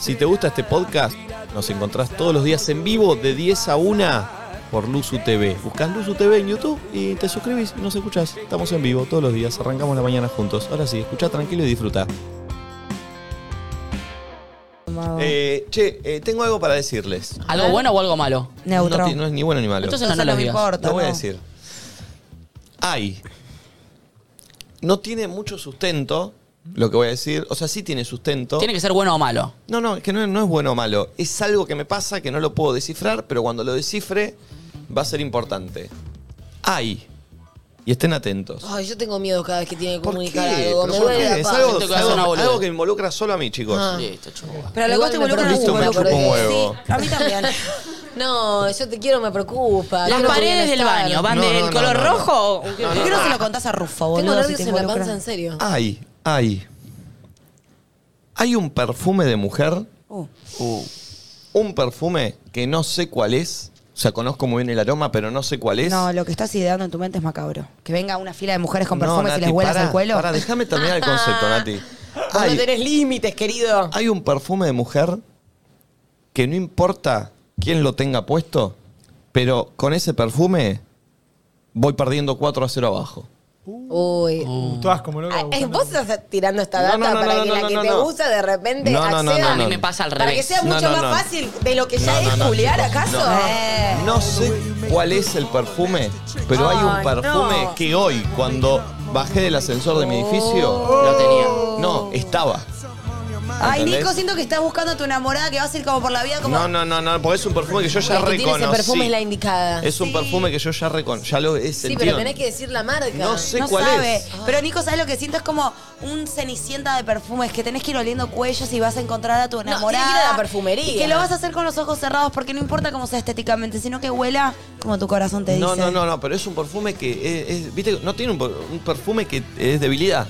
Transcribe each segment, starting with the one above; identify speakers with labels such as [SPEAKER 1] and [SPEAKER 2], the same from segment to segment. [SPEAKER 1] Si te gusta este podcast, nos encontrás todos los días en vivo de 10 a 1 por Luzu TV. Buscás Luzu TV en YouTube y te suscribís y nos escuchás. Estamos en vivo todos los días, arrancamos la mañana juntos. Ahora sí, escucha tranquilo y disfruta. Eh, che, eh, tengo algo para decirles.
[SPEAKER 2] ¿Algo bueno o algo malo?
[SPEAKER 3] Neutro.
[SPEAKER 1] No, ti- no es ni bueno ni malo.
[SPEAKER 2] Entonces no, no
[SPEAKER 3] Entonces
[SPEAKER 2] lo
[SPEAKER 3] no me
[SPEAKER 2] digas.
[SPEAKER 3] importa.
[SPEAKER 1] Lo voy a
[SPEAKER 3] no.
[SPEAKER 1] decir. Hay. No tiene mucho sustento lo que voy a decir. O sea, sí tiene sustento.
[SPEAKER 2] Tiene que ser bueno o malo.
[SPEAKER 1] No, no, es que no, no es bueno o malo. Es algo que me pasa que no lo puedo descifrar, pero cuando lo descifre va a ser importante. Hay. Y estén atentos.
[SPEAKER 4] Ay, yo tengo miedo cada vez que tiene que
[SPEAKER 1] ¿Por qué?
[SPEAKER 4] comunicar algo.
[SPEAKER 1] ¿Pero
[SPEAKER 4] Me
[SPEAKER 1] por
[SPEAKER 4] duele
[SPEAKER 1] qué?
[SPEAKER 4] la
[SPEAKER 1] Es
[SPEAKER 4] panza.
[SPEAKER 1] algo,
[SPEAKER 2] Siento que va a
[SPEAKER 1] algo-
[SPEAKER 2] ser una boluda.
[SPEAKER 1] algo que me involucra solo a mí, chicos.
[SPEAKER 4] Ah.
[SPEAKER 2] Listo, chupa.
[SPEAKER 3] Pero la cosa
[SPEAKER 4] Igual
[SPEAKER 3] te
[SPEAKER 4] me
[SPEAKER 3] involucra
[SPEAKER 4] preocupa,
[SPEAKER 3] un
[SPEAKER 1] me
[SPEAKER 3] huevo.
[SPEAKER 1] chupa un huevo.
[SPEAKER 3] Sí, a mí también.
[SPEAKER 4] No, yo te quiero, me preocupa.
[SPEAKER 5] Las
[SPEAKER 4] Quiero tu
[SPEAKER 5] paredes del
[SPEAKER 4] bienestar.
[SPEAKER 5] baño van
[SPEAKER 1] No,
[SPEAKER 5] del
[SPEAKER 1] no, no,
[SPEAKER 5] color
[SPEAKER 1] no, no.
[SPEAKER 5] rojo. o-
[SPEAKER 3] ¿Por qué no se lo contás a Rufo, boludo,
[SPEAKER 4] Tengo
[SPEAKER 3] si
[SPEAKER 4] nervios
[SPEAKER 3] te
[SPEAKER 4] en la panza,
[SPEAKER 3] involucra?
[SPEAKER 4] en serio.
[SPEAKER 1] Hay, hay. Hay un perfume de mujer.
[SPEAKER 3] Uh.
[SPEAKER 1] Un perfume que no sé cuál es. O sea, conozco muy bien el aroma, pero no sé cuál es.
[SPEAKER 3] No, lo que estás ideando en tu mente es macabro. Que venga una fila de mujeres con perfumes
[SPEAKER 1] Nati,
[SPEAKER 3] y les huelas
[SPEAKER 1] pará,
[SPEAKER 3] el cuello.
[SPEAKER 1] pará, déjame terminar el concepto, Nati.
[SPEAKER 4] Vos No
[SPEAKER 1] Hay,
[SPEAKER 4] tenés límites, querido.
[SPEAKER 1] hay un perfume de mujer que no importa quién lo tenga puesto, pero con ese perfume voy perdiendo 4 a 0 abajo.
[SPEAKER 4] Uy.
[SPEAKER 6] Todas como locas.
[SPEAKER 4] Ah, eh,
[SPEAKER 6] buscando.
[SPEAKER 4] Vos estás tirando esta
[SPEAKER 1] No,
[SPEAKER 4] data
[SPEAKER 1] no, no,
[SPEAKER 4] para
[SPEAKER 1] no,
[SPEAKER 4] que
[SPEAKER 1] no,
[SPEAKER 4] la
[SPEAKER 1] no,
[SPEAKER 4] que
[SPEAKER 1] no,
[SPEAKER 4] te
[SPEAKER 1] no.
[SPEAKER 4] gusta de repente
[SPEAKER 1] No, no, no,
[SPEAKER 4] acceda.
[SPEAKER 1] no, no. A mí
[SPEAKER 2] me pasa al
[SPEAKER 4] Para que
[SPEAKER 2] revés.
[SPEAKER 4] sea
[SPEAKER 1] No,
[SPEAKER 4] mucho
[SPEAKER 1] no,
[SPEAKER 4] más
[SPEAKER 1] no.
[SPEAKER 4] fácil de lo que ya
[SPEAKER 1] No,
[SPEAKER 4] es
[SPEAKER 1] no, no,
[SPEAKER 4] juliar,
[SPEAKER 1] chicos.
[SPEAKER 4] ¿acaso?
[SPEAKER 1] No.
[SPEAKER 3] Eh.
[SPEAKER 1] No sé cuál es el perfume, pero hay un
[SPEAKER 4] Ay,
[SPEAKER 1] perfume
[SPEAKER 4] no.
[SPEAKER 1] que hoy, cuando bajé del ascensor de mi edificio,
[SPEAKER 4] Oh.
[SPEAKER 2] Lo tenía.
[SPEAKER 1] no, estaba.
[SPEAKER 3] Ay,
[SPEAKER 1] ¿Entendés?
[SPEAKER 3] Nico, siento que estás buscando a tu enamorada que vas a ir como por la vida como...
[SPEAKER 1] No, no, no, no, porque es un perfume que yo ya
[SPEAKER 4] La que tiene ese
[SPEAKER 1] reconocí.
[SPEAKER 4] perfume es la indicada.
[SPEAKER 1] Es un perfume que yo ya reconocí. Ya lo he
[SPEAKER 4] Sí,
[SPEAKER 1] sentido.
[SPEAKER 4] pero tenés que decir la marca.
[SPEAKER 1] No sé
[SPEAKER 3] No
[SPEAKER 1] cuál
[SPEAKER 3] sabe.
[SPEAKER 1] es.
[SPEAKER 3] Pero Nico, ¿sabes lo que siento? Es como un cenicienta de perfumes que tenés que ir oliendo cuellos y vas a encontrar a tu
[SPEAKER 4] tiene que ir a
[SPEAKER 3] enamorada.
[SPEAKER 4] la perfumería.
[SPEAKER 3] Y que lo vas a hacer con los ojos cerrados porque no importa cómo sea estéticamente, sino que huela como tu corazón te
[SPEAKER 1] No,
[SPEAKER 3] dice.
[SPEAKER 1] no, no, no, pero es un perfume que es, es- viste, no tiene un, per- un perfume que es debilidad.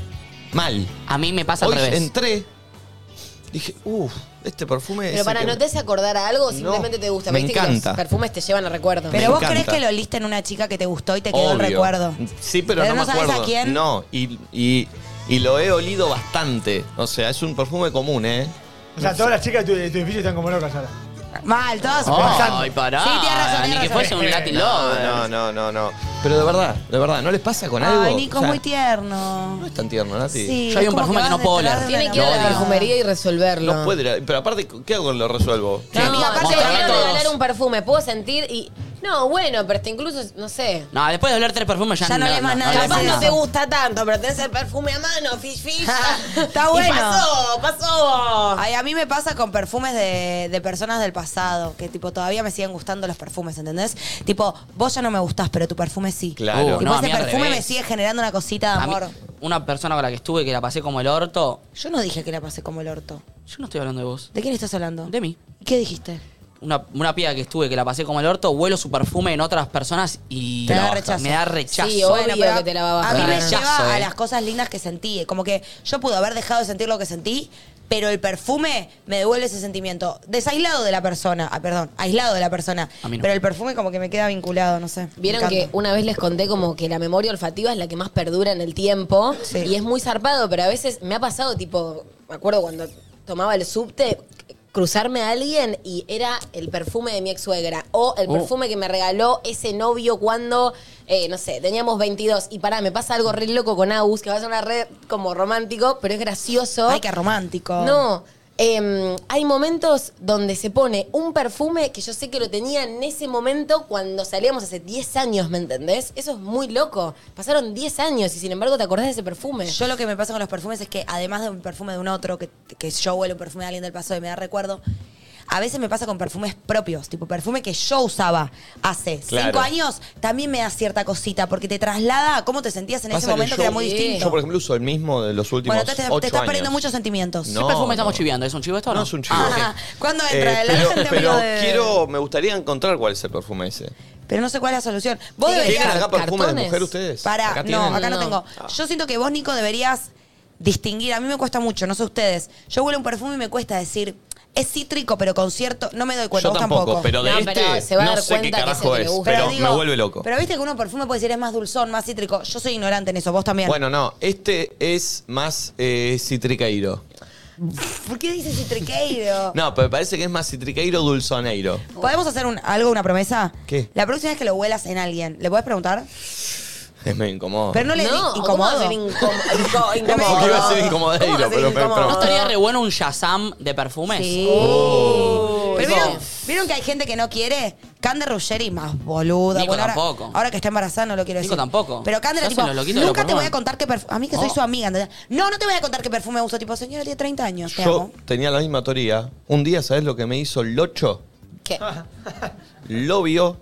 [SPEAKER 1] Mal.
[SPEAKER 2] A mí me pasa
[SPEAKER 1] Hoy
[SPEAKER 2] al revés.
[SPEAKER 1] entré, dije, uff, este perfume es.
[SPEAKER 4] Pero
[SPEAKER 1] el
[SPEAKER 4] para,
[SPEAKER 1] que-
[SPEAKER 4] ¿no te hace acordar a algo o
[SPEAKER 1] No,
[SPEAKER 4] simplemente te gusta?
[SPEAKER 1] me
[SPEAKER 4] Viste que los
[SPEAKER 1] encanta.
[SPEAKER 4] perfumes te llevan a recuerdos.
[SPEAKER 3] Pero
[SPEAKER 1] Me
[SPEAKER 3] vos
[SPEAKER 1] encanta.
[SPEAKER 3] crees que lo oliste en una chica que te gustó y te quedó el
[SPEAKER 1] Obvio.
[SPEAKER 3] recuerdo.
[SPEAKER 1] Sí, pero, no, me
[SPEAKER 3] sabés
[SPEAKER 1] acuerdo.
[SPEAKER 3] a quién.
[SPEAKER 1] No, y, y- y lo he olido bastante. O sea, es un perfume común, ¿eh?
[SPEAKER 6] O sea, todas las chicas de tu, de tu edificio están como locas ahora.
[SPEAKER 3] Mal, todas.
[SPEAKER 2] Ay, pará.
[SPEAKER 3] Sí, tienes razón,
[SPEAKER 2] Ni
[SPEAKER 3] tienes
[SPEAKER 2] que
[SPEAKER 3] razón.
[SPEAKER 2] fuese un Latin
[SPEAKER 1] No, eh.
[SPEAKER 2] Lover.
[SPEAKER 1] no, no, no, no. Pero de verdad, de verdad, ¿no les pasa con algo?
[SPEAKER 3] Ay, Nico,
[SPEAKER 1] O sea,
[SPEAKER 3] es muy tierno.
[SPEAKER 1] No es tan tierno, Nati.
[SPEAKER 3] Sí,
[SPEAKER 2] Yo hay
[SPEAKER 3] es
[SPEAKER 2] un
[SPEAKER 3] como
[SPEAKER 2] perfume que
[SPEAKER 3] vas
[SPEAKER 2] no puedo
[SPEAKER 3] detrás
[SPEAKER 2] oler.
[SPEAKER 3] de
[SPEAKER 4] Tiene
[SPEAKER 3] una
[SPEAKER 4] que ir a la
[SPEAKER 3] enamorada.
[SPEAKER 4] perfumería y resolverlo.
[SPEAKER 1] No puede ir a- Pero aparte, ¿qué hago cuando lo resuelvo?
[SPEAKER 4] No,
[SPEAKER 2] Sí,
[SPEAKER 4] aparte
[SPEAKER 2] mostrame
[SPEAKER 4] de
[SPEAKER 2] todos.
[SPEAKER 4] regalar un perfume, puedo sentir y. No, bueno, pero hasta incluso, no sé.
[SPEAKER 2] No, después de oler tres perfumes ya,
[SPEAKER 3] Ya no lees más nada.
[SPEAKER 2] lees
[SPEAKER 3] Capaz
[SPEAKER 2] más
[SPEAKER 3] no
[SPEAKER 2] nada.
[SPEAKER 4] gusta tanto, pero tenés el perfume a mano, fish fish.
[SPEAKER 3] Está bueno.
[SPEAKER 4] pasó.
[SPEAKER 3] Ay, a mí me pasa con perfumes de, de personas del pasado, que tipo todavía me siguen gustando los perfumes, ¿entendés? Tipo, vos ya no me gustás, pero tu perfume sí.
[SPEAKER 1] Claro.
[SPEAKER 2] Uh,
[SPEAKER 3] Tipo,
[SPEAKER 2] no, a
[SPEAKER 3] ese
[SPEAKER 2] mí al
[SPEAKER 3] perfume
[SPEAKER 2] revés.
[SPEAKER 3] me sigue generando una cosita de
[SPEAKER 2] A mí,
[SPEAKER 3] amor.
[SPEAKER 2] una persona con la que estuve que la pasé como el orto.
[SPEAKER 3] Yo no dije que la pasé como el orto.
[SPEAKER 2] Yo no estoy hablando de vos.
[SPEAKER 3] ¿De quién estás hablando?
[SPEAKER 2] De mí.
[SPEAKER 3] ¿Qué dijiste?
[SPEAKER 2] Una, una piba que estuve que la pasé como el orto, huelo su perfume en otras personas y
[SPEAKER 3] Te da
[SPEAKER 2] me baja.
[SPEAKER 3] rechazo.
[SPEAKER 2] me da rechazo.
[SPEAKER 4] Sí, obvio.
[SPEAKER 3] pero
[SPEAKER 4] que te la va a bajar.
[SPEAKER 3] mí me
[SPEAKER 2] Rechazo,
[SPEAKER 3] lleva a
[SPEAKER 2] eh.
[SPEAKER 3] las cosas lindas que sentí. Como que yo pude haber dejado de sentir lo que sentí, pero el perfume me devuelve ese sentimiento. Desailado de la persona. Ah, perdón, aislado de la persona.
[SPEAKER 2] A mí no.
[SPEAKER 3] Pero el perfume como que me queda vinculado, no sé. me
[SPEAKER 4] Vieron que
[SPEAKER 3] encanta.
[SPEAKER 4] una vez les conté como que la memoria olfativa es la que más perdura en el tiempo
[SPEAKER 3] Sí.
[SPEAKER 4] y es muy zarpado, pero a veces me ha pasado tipo, me acuerdo cuando tomaba el subte cruzarme a alguien y era el perfume de mi ex suegra o el
[SPEAKER 2] Oh.
[SPEAKER 4] perfume que me regaló ese novio cuando, eh, no sé, teníamos 22 y pará, me pasa algo re loco con Agus, que va a sonar re como romántico, pero es gracioso.
[SPEAKER 3] Ay, qué romántico.
[SPEAKER 4] No. em, hay momentos donde se pone un perfume que yo sé que lo tenía en ese momento cuando salíamos hace 10 años, ¿me entendés? Eso es muy loco. Pasaron 10 años y sin embargo te acordás de ese perfume.
[SPEAKER 3] Yo lo que me pasa con los perfumes es que además de un perfume de un otro, que, que yo huelo un perfume de alguien del pasado y me da recuerdo, a veces me pasa con perfumes propios, tipo perfume que yo usaba hace
[SPEAKER 1] Claro.
[SPEAKER 3] cinco años, también me da cierta cosita, porque te traslada a cómo te sentías en
[SPEAKER 1] Pasa
[SPEAKER 3] ese
[SPEAKER 1] que
[SPEAKER 3] momento que,
[SPEAKER 1] yo-
[SPEAKER 3] era muy
[SPEAKER 4] Sí.
[SPEAKER 3] distinto.
[SPEAKER 1] Yo, por ejemplo, uso el mismo de los últimos
[SPEAKER 3] bueno,
[SPEAKER 1] ocho
[SPEAKER 3] te, te
[SPEAKER 1] años.
[SPEAKER 3] estás perdiendo muchos sentimientos.
[SPEAKER 1] No.
[SPEAKER 2] ¿Qué perfume estamos
[SPEAKER 1] no.
[SPEAKER 2] chiviando? ¿Es un chivo esto o
[SPEAKER 1] No,
[SPEAKER 2] no?
[SPEAKER 1] es un chivo. Eh,
[SPEAKER 3] Ah,
[SPEAKER 2] Ah,
[SPEAKER 3] ¿Cuándo entra? La
[SPEAKER 1] pero
[SPEAKER 3] gente me
[SPEAKER 1] pero
[SPEAKER 3] lo de-
[SPEAKER 1] quiero, me gustaría encontrar cuál es el perfume ese.
[SPEAKER 3] Pero no sé cuál es la solución. Vos
[SPEAKER 4] Sí,
[SPEAKER 3] deberías.
[SPEAKER 1] ¿Tienen acá perfume de
[SPEAKER 4] Eh, cartones.
[SPEAKER 1] mujer ustedes?
[SPEAKER 3] Para,
[SPEAKER 1] ¿Acá Ah.
[SPEAKER 3] no,
[SPEAKER 1] tienen?
[SPEAKER 3] acá no,
[SPEAKER 4] No.
[SPEAKER 3] tengo. Yo siento que vos, Nico, deberías distinguir. A mí me cuesta mucho, no sé ustedes. Yo huelo un perfume y me cuesta decir, es cítrico, pero con cierto. No me doy cuenta,
[SPEAKER 1] Yo
[SPEAKER 3] vos
[SPEAKER 1] tampoco, pero de
[SPEAKER 4] No,
[SPEAKER 1] este
[SPEAKER 4] pero se va a
[SPEAKER 1] no
[SPEAKER 4] dar
[SPEAKER 1] sé qué
[SPEAKER 4] cuenta que es el
[SPEAKER 1] carajo
[SPEAKER 4] que le
[SPEAKER 1] es,
[SPEAKER 4] gusta.
[SPEAKER 1] pero,
[SPEAKER 3] digo,
[SPEAKER 1] me vuelve loco.
[SPEAKER 3] Pero viste que uno perfume puede decir es más dulzón, más cítrico. Yo soy ignorante en eso, vos también.
[SPEAKER 1] Bueno, no, este es más eh, citricaíro.
[SPEAKER 3] ¿Por qué dices citriqueiro?
[SPEAKER 1] No, pero me parece que es más citriqueiro dulzoneiro.
[SPEAKER 3] ¿Podemos hacer un- algo, una promesa?
[SPEAKER 1] ¿Qué?
[SPEAKER 3] La próxima vez que lo huelas en alguien, ¿le puedes preguntar?
[SPEAKER 1] Es medio incómodo.
[SPEAKER 3] Pero no le
[SPEAKER 4] No,
[SPEAKER 3] di-
[SPEAKER 4] ¿cómo va
[SPEAKER 3] incomodo.
[SPEAKER 4] a ser incómodo?
[SPEAKER 1] Porque
[SPEAKER 4] Incómodo.
[SPEAKER 1] iba a ser incomodeiro,
[SPEAKER 4] ¿Cómo va a ser
[SPEAKER 1] pero me-
[SPEAKER 4] incómodo?
[SPEAKER 1] pero-
[SPEAKER 2] ¿No Ah, estaría re bueno un Shazam de perfumes?
[SPEAKER 3] Sí.
[SPEAKER 1] Oh.
[SPEAKER 3] Pero
[SPEAKER 4] Tipo-
[SPEAKER 3] vieron, vieron que hay gente que no quiere? Cande Ruggeri más boluda.
[SPEAKER 2] Nico
[SPEAKER 3] ahora,
[SPEAKER 2] tampoco.
[SPEAKER 3] Ahora que está embarazada no lo quiero
[SPEAKER 2] Nico
[SPEAKER 3] decir.
[SPEAKER 2] tampoco.
[SPEAKER 3] Pero Cande era
[SPEAKER 2] Se
[SPEAKER 3] tipo,
[SPEAKER 2] hacen los loquitos de
[SPEAKER 3] nunca
[SPEAKER 2] los
[SPEAKER 3] te voy a
[SPEAKER 2] pulmones".
[SPEAKER 3] contar qué perfume... A mí que soy
[SPEAKER 2] Oh.
[SPEAKER 3] su amiga. ¿entendés? No, no te voy a contar qué perfume uso. Tipo, señora, tiene 30 años. Te
[SPEAKER 1] Yo
[SPEAKER 3] amo.
[SPEAKER 1] tenía la misma teoría. Un día, ¿sabes lo que me hizo Locho?
[SPEAKER 4] ¿Qué?
[SPEAKER 1] Lo vio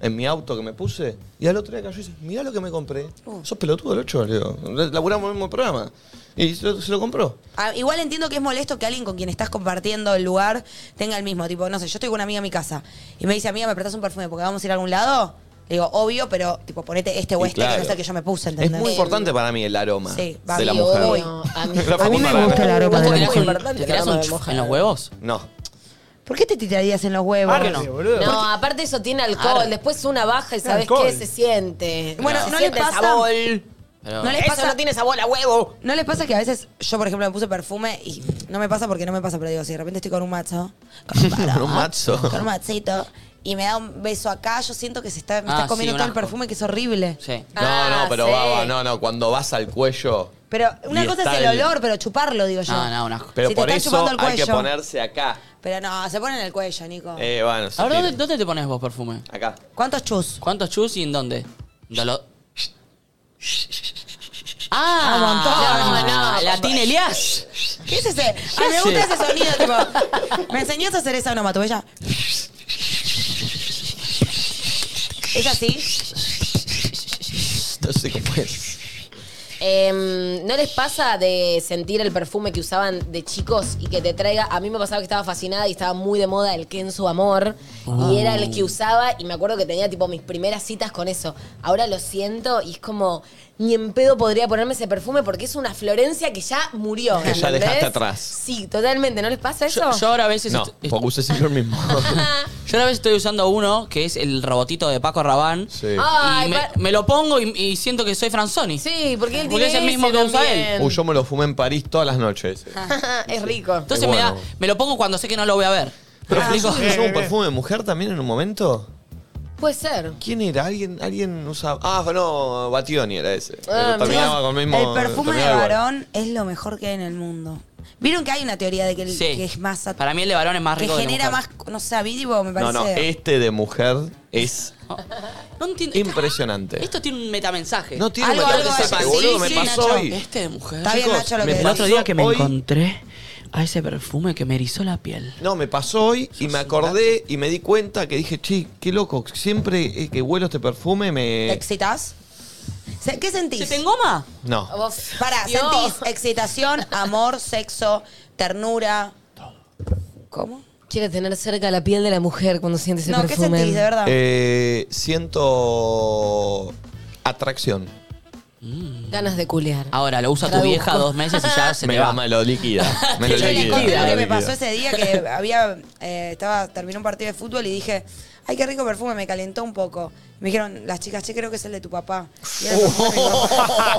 [SPEAKER 1] en mi auto que me puse. Y al otro día cayó y dice, mirá lo que me compré.
[SPEAKER 3] Oh.
[SPEAKER 1] Sos pelotudo, Locho. Le digo, laburamos el mismo programa. Y se lo, se lo compró.
[SPEAKER 3] Ah, igual entiendo que es molesto que alguien con quien estás compartiendo el lugar tenga el mismo. Tipo, no sé, yo estoy con una amiga en mi casa y me dice, amiga, ¿me prestás un perfume porque vamos a ir a algún lado? Le digo, obvio, pero tipo, ponete este o
[SPEAKER 1] Y
[SPEAKER 3] este, que
[SPEAKER 1] claro.
[SPEAKER 3] no es el que yo me puse, ¿entendés?
[SPEAKER 1] Es muy importante para mí el aroma
[SPEAKER 3] Sí, va
[SPEAKER 1] de la
[SPEAKER 3] bien,
[SPEAKER 1] mujer.
[SPEAKER 3] obvio.
[SPEAKER 4] A mí-
[SPEAKER 1] La
[SPEAKER 4] a mí me
[SPEAKER 1] famosa
[SPEAKER 3] gusta el
[SPEAKER 1] aroma.
[SPEAKER 3] aroma de
[SPEAKER 2] ¿Vos te
[SPEAKER 3] la
[SPEAKER 2] tirás
[SPEAKER 3] mujer.
[SPEAKER 2] un, te tirás un chuf en los huevos?
[SPEAKER 1] No.
[SPEAKER 3] ¿Por qué te tirarías en los huevos?
[SPEAKER 6] Arre, boludo.
[SPEAKER 4] No, aparte eso tiene alcohol.
[SPEAKER 2] Arre.
[SPEAKER 4] Después una baja y sabes
[SPEAKER 6] alcohol.
[SPEAKER 4] qué se siente.
[SPEAKER 3] Bueno,
[SPEAKER 4] se
[SPEAKER 3] ¿no le
[SPEAKER 4] siente el
[SPEAKER 3] pasa?
[SPEAKER 4] sabor.
[SPEAKER 2] Pero-
[SPEAKER 3] No les
[SPEAKER 4] Eso
[SPEAKER 3] pasa-
[SPEAKER 4] no tiene sabor a huevo.
[SPEAKER 3] ¿No les pasa que a veces yo, por ejemplo, me puse perfume y no me pasa porque no me pasa, pero digo, si de repente estoy con un macho, con un, varón,
[SPEAKER 1] Con un macho.
[SPEAKER 3] con un machito, y me da un beso acá, yo siento que se está, me
[SPEAKER 2] Ah,
[SPEAKER 3] está
[SPEAKER 2] sí,
[SPEAKER 3] comiendo
[SPEAKER 2] un
[SPEAKER 3] todo el
[SPEAKER 2] asco.
[SPEAKER 3] perfume que es horrible.
[SPEAKER 2] Sí.
[SPEAKER 1] No,
[SPEAKER 4] Ah,
[SPEAKER 1] no, pero
[SPEAKER 4] sí.
[SPEAKER 1] va, va, no, no, cuando vas al cuello.
[SPEAKER 3] Pero una
[SPEAKER 1] Y
[SPEAKER 3] cosa
[SPEAKER 1] está
[SPEAKER 3] es el
[SPEAKER 1] el-
[SPEAKER 3] olor, pero chuparlo, digo yo.
[SPEAKER 2] No, no, un asco.
[SPEAKER 1] Pero
[SPEAKER 3] Si te
[SPEAKER 1] por
[SPEAKER 3] están
[SPEAKER 1] eso
[SPEAKER 3] chupando el
[SPEAKER 1] hay que
[SPEAKER 3] cuello. Oh.
[SPEAKER 1] ponerse acá.
[SPEAKER 3] Pero no, se pone en el cuello, Nico.
[SPEAKER 1] Eh, bueno, se
[SPEAKER 2] A ver,
[SPEAKER 1] tira.
[SPEAKER 2] ¿dónde, dónde te pones vos perfume?
[SPEAKER 1] Acá.
[SPEAKER 3] ¿Cuántos chus?
[SPEAKER 2] ¿Cuántos chus y en dónde? Dolo-
[SPEAKER 3] Ah, un
[SPEAKER 2] ¡Ah!
[SPEAKER 3] montón.
[SPEAKER 2] no, no, Latín Elias.
[SPEAKER 3] ¿Qué es ese? Ay, me gusta ese sonido, tipo. Me enseñaste a hacer esa onomatopeya. ¿Es así?
[SPEAKER 1] No sé cómo es.
[SPEAKER 4] Em, ¿No les pasa de sentir el perfume que usaban de chicos y que te traiga? A mí me pasaba que estaba fascinada y estaba muy de moda el Kenzo Amor. Y era el que usaba y me acuerdo que tenía tipo mis primeras citas con eso. Ahora lo siento y es como, ni en pedo podría ponerme ese perfume porque es una Florencia que ya murió.
[SPEAKER 1] Que ya
[SPEAKER 4] ¿entendés?
[SPEAKER 1] dejaste atrás.
[SPEAKER 4] Sí, totalmente. ¿No les pasa eso?
[SPEAKER 2] Yo, yo ahora a veces.
[SPEAKER 1] No,
[SPEAKER 2] est- est-
[SPEAKER 1] porque usé siempre el mismo.
[SPEAKER 2] yo ahora a veces estoy usando uno que es el robotito de Paco Rabán.
[SPEAKER 1] Sí.
[SPEAKER 3] Ah,
[SPEAKER 4] Ay,
[SPEAKER 2] Y me,
[SPEAKER 4] pa-
[SPEAKER 2] me lo pongo y, y siento que soy Franzoni.
[SPEAKER 4] Sí, porque él
[SPEAKER 2] Porque
[SPEAKER 4] tiene
[SPEAKER 2] es el mismo
[SPEAKER 4] ese
[SPEAKER 2] que usa
[SPEAKER 4] también.
[SPEAKER 1] Uy, yo me lo fumé en París todas las noches.
[SPEAKER 4] es rico.
[SPEAKER 2] Entonces
[SPEAKER 1] Qué
[SPEAKER 2] me, da,
[SPEAKER 1] bueno.
[SPEAKER 2] me lo pongo cuando sé que no lo voy a ver.
[SPEAKER 1] Pero
[SPEAKER 3] Ah,
[SPEAKER 2] ¿Me
[SPEAKER 1] ¿Flico
[SPEAKER 2] explico?
[SPEAKER 1] usó un perfume de mujer también en un momento?
[SPEAKER 4] Puede ser.
[SPEAKER 1] ¿Quién era? ¿Alguien, alguien usaba? Ah, no, Bationi era ese.
[SPEAKER 4] Ah,
[SPEAKER 1] terminaba
[SPEAKER 3] Chicos,
[SPEAKER 1] con el mismo.
[SPEAKER 3] el perfume de
[SPEAKER 1] terminaba igual.
[SPEAKER 3] varón es lo mejor que hay en el mundo. ¿Vieron que hay una teoría de que, el-
[SPEAKER 2] Sí.
[SPEAKER 3] que es más sat-
[SPEAKER 2] Para mí el de varón es más
[SPEAKER 3] que
[SPEAKER 2] rico.
[SPEAKER 3] genera
[SPEAKER 2] que el de
[SPEAKER 3] más, no sé, a mí tipo, me
[SPEAKER 1] No,
[SPEAKER 3] parece
[SPEAKER 1] no, este de mujer es
[SPEAKER 2] mujer. No entiendo.
[SPEAKER 1] impresionante.
[SPEAKER 2] Esto tiene un metamensaje.
[SPEAKER 1] No tiene
[SPEAKER 3] Algo-
[SPEAKER 1] un
[SPEAKER 3] algo
[SPEAKER 1] mensaje,
[SPEAKER 3] hay-
[SPEAKER 1] boludo,
[SPEAKER 3] sí,
[SPEAKER 1] me
[SPEAKER 3] sí,
[SPEAKER 1] pasó
[SPEAKER 3] Nacho.
[SPEAKER 1] hoy.
[SPEAKER 2] Este de mujer.
[SPEAKER 3] Está bien,
[SPEAKER 1] Chicos,
[SPEAKER 3] Nacho, lo que
[SPEAKER 1] me
[SPEAKER 2] El
[SPEAKER 1] pasó
[SPEAKER 2] otro día que me
[SPEAKER 1] hoy-
[SPEAKER 2] encontré a ese perfume que me erizó la piel.
[SPEAKER 1] No, me pasó hoy y me acordé y me di cuenta que dije, che, qué loco, siempre eh, que huelo este perfume
[SPEAKER 3] ¿Te
[SPEAKER 1] me...
[SPEAKER 3] excitas? Se- ¿Qué
[SPEAKER 2] ¿Se
[SPEAKER 3] sentís?
[SPEAKER 2] te engoma?
[SPEAKER 1] No.
[SPEAKER 3] Oh, Para,
[SPEAKER 4] Dios.
[SPEAKER 3] sentís excitación, amor, sexo, ternura. ¿Cómo?
[SPEAKER 4] Quiere tener cerca la piel de la mujer cuando siente ese
[SPEAKER 3] No, ¿qué
[SPEAKER 4] perfume.
[SPEAKER 3] sentís, de verdad?
[SPEAKER 1] Eh, siento atracción.
[SPEAKER 4] Ganas de culear.
[SPEAKER 1] Ah,
[SPEAKER 2] Ahora, lo usa tu
[SPEAKER 4] Traduzco.
[SPEAKER 2] vieja dos meses y ya se
[SPEAKER 1] me
[SPEAKER 2] te
[SPEAKER 1] va,
[SPEAKER 2] va.
[SPEAKER 1] me lo liquida. Me lo
[SPEAKER 3] Yo les
[SPEAKER 1] liquida.
[SPEAKER 3] conté lo que me
[SPEAKER 1] liquida.
[SPEAKER 3] pasó ese día que había eh, estaba terminó un partido de fútbol y dije, ay, qué rico perfume, me calentó un poco. Me dijeron, las chicas, che, creo que es el de tu papá. Y era el perfume de mi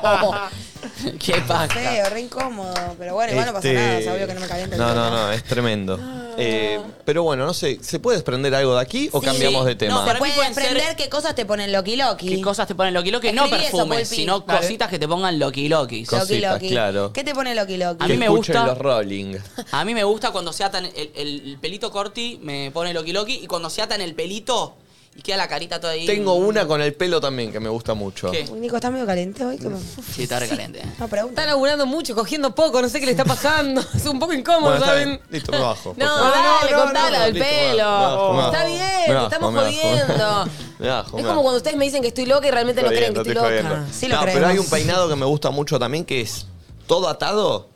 [SPEAKER 3] papá.
[SPEAKER 2] Qué paja.
[SPEAKER 3] Feo, re incómodo, pero bueno, igual no pasa
[SPEAKER 1] Este,
[SPEAKER 3] nada, o sea, obvio que no me calienta el
[SPEAKER 1] No, no,
[SPEAKER 3] culo.
[SPEAKER 1] no, es tremendo. Eh, pero bueno, no sé, ¿se puede desprender algo de aquí o
[SPEAKER 3] Sí.
[SPEAKER 1] cambiamos de
[SPEAKER 2] No,
[SPEAKER 1] tema?
[SPEAKER 2] para mí
[SPEAKER 3] Pueden
[SPEAKER 2] pueden ser-
[SPEAKER 3] aprender qué cosas te ponen loki loki.
[SPEAKER 2] ¿Qué cosas te ponen loqui loqui? No
[SPEAKER 3] Escribí eso,
[SPEAKER 2] perfumes,
[SPEAKER 3] Pulpi.
[SPEAKER 2] sino
[SPEAKER 3] Vale.
[SPEAKER 2] cositas que te pongan loqui loqui.
[SPEAKER 1] Cos- cositas, claro.
[SPEAKER 3] ¿Qué te pone loki loki?
[SPEAKER 2] A
[SPEAKER 1] Que
[SPEAKER 2] mí me
[SPEAKER 1] escuchen
[SPEAKER 2] gusta-
[SPEAKER 1] los Rolling.
[SPEAKER 2] A mí me gusta cuando se atan el, el pelito corti, me pone loqui loqui, y cuando se atan el pelito y queda la carita toda ahí.
[SPEAKER 1] Tengo una con el pelo también que me gusta mucho.
[SPEAKER 2] ¿Qué?
[SPEAKER 3] Uy, Nico, ¿estás medio caliente hoy? ¿Qué me-
[SPEAKER 2] Sí, está recaliente. eh.
[SPEAKER 3] No, pregunta.
[SPEAKER 4] Está laburando mucho, cogiendo poco, no sé qué le está pasando. es un poco incómodo,
[SPEAKER 1] Bueno, está
[SPEAKER 4] ¿saben?
[SPEAKER 1] bien. Listo, me bajo.
[SPEAKER 4] No,
[SPEAKER 1] por favor.
[SPEAKER 4] dale,
[SPEAKER 6] no, no,
[SPEAKER 4] contala
[SPEAKER 1] no,
[SPEAKER 4] del
[SPEAKER 1] listo,
[SPEAKER 4] pelo.
[SPEAKER 1] me bajo, me bajo.
[SPEAKER 4] Está bien,
[SPEAKER 1] Me bajo,
[SPEAKER 4] estamos
[SPEAKER 1] me bajo.
[SPEAKER 4] jodiendo.
[SPEAKER 1] Me bajo,
[SPEAKER 4] es
[SPEAKER 1] me
[SPEAKER 4] como
[SPEAKER 1] bajo.
[SPEAKER 4] cuando ustedes me dicen que estoy loca y realmente no creen que
[SPEAKER 1] Estoy
[SPEAKER 4] estoy
[SPEAKER 1] jodiendo,
[SPEAKER 4] loca.
[SPEAKER 1] estoy
[SPEAKER 3] Sí lo
[SPEAKER 1] jodiendo. no, pero
[SPEAKER 3] creemos.
[SPEAKER 1] hay un peinado que me gusta mucho también que es todo atado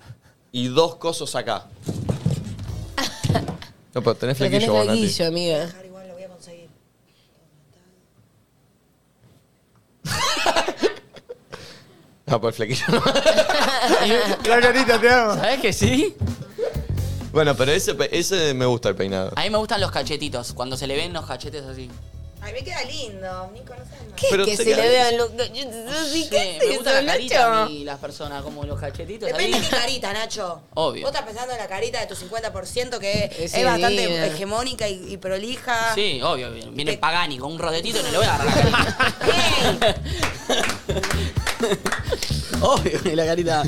[SPEAKER 1] y dos cosos acá. No, pero tenés
[SPEAKER 4] Pero tenés
[SPEAKER 1] flequillo vos, Nati.
[SPEAKER 4] flequillo, amiga.
[SPEAKER 3] Ah, Igual lo voy a conseguir.
[SPEAKER 1] No, pero el flequillo no.
[SPEAKER 6] La carita, te amo.
[SPEAKER 2] ¿Sabes que sí?
[SPEAKER 1] Bueno, pero ese, pe- ese me gusta el peinado.
[SPEAKER 2] A mí me gustan los cachetitos, cuando se le ven los cachetes así.
[SPEAKER 3] Ay, me queda lindo, Nico, no sabes nada.
[SPEAKER 4] ¿Qué
[SPEAKER 1] Pero
[SPEAKER 4] es que
[SPEAKER 1] te
[SPEAKER 4] se
[SPEAKER 1] queda
[SPEAKER 4] le
[SPEAKER 1] bien.
[SPEAKER 4] vean los cachetes?
[SPEAKER 2] Sí,
[SPEAKER 4] Sí, ¿Qué
[SPEAKER 2] me
[SPEAKER 4] es
[SPEAKER 2] gusta
[SPEAKER 4] eso,
[SPEAKER 2] la carita a
[SPEAKER 4] Nacho?
[SPEAKER 2] mí, las personas, como los cachetitos.
[SPEAKER 3] Depende
[SPEAKER 2] ahí.
[SPEAKER 3] de qué carita, Nacho.
[SPEAKER 2] Obvio.
[SPEAKER 3] Vos estás pensando en la carita de tu 50% que es,
[SPEAKER 4] Es divina.
[SPEAKER 3] bastante hegemónica y, y prolija.
[SPEAKER 2] Sí, obvio. obvio. Viene
[SPEAKER 3] Te-
[SPEAKER 2] Pagani con un rodetito y no le voy a agarrar la carita. obvio, la carita.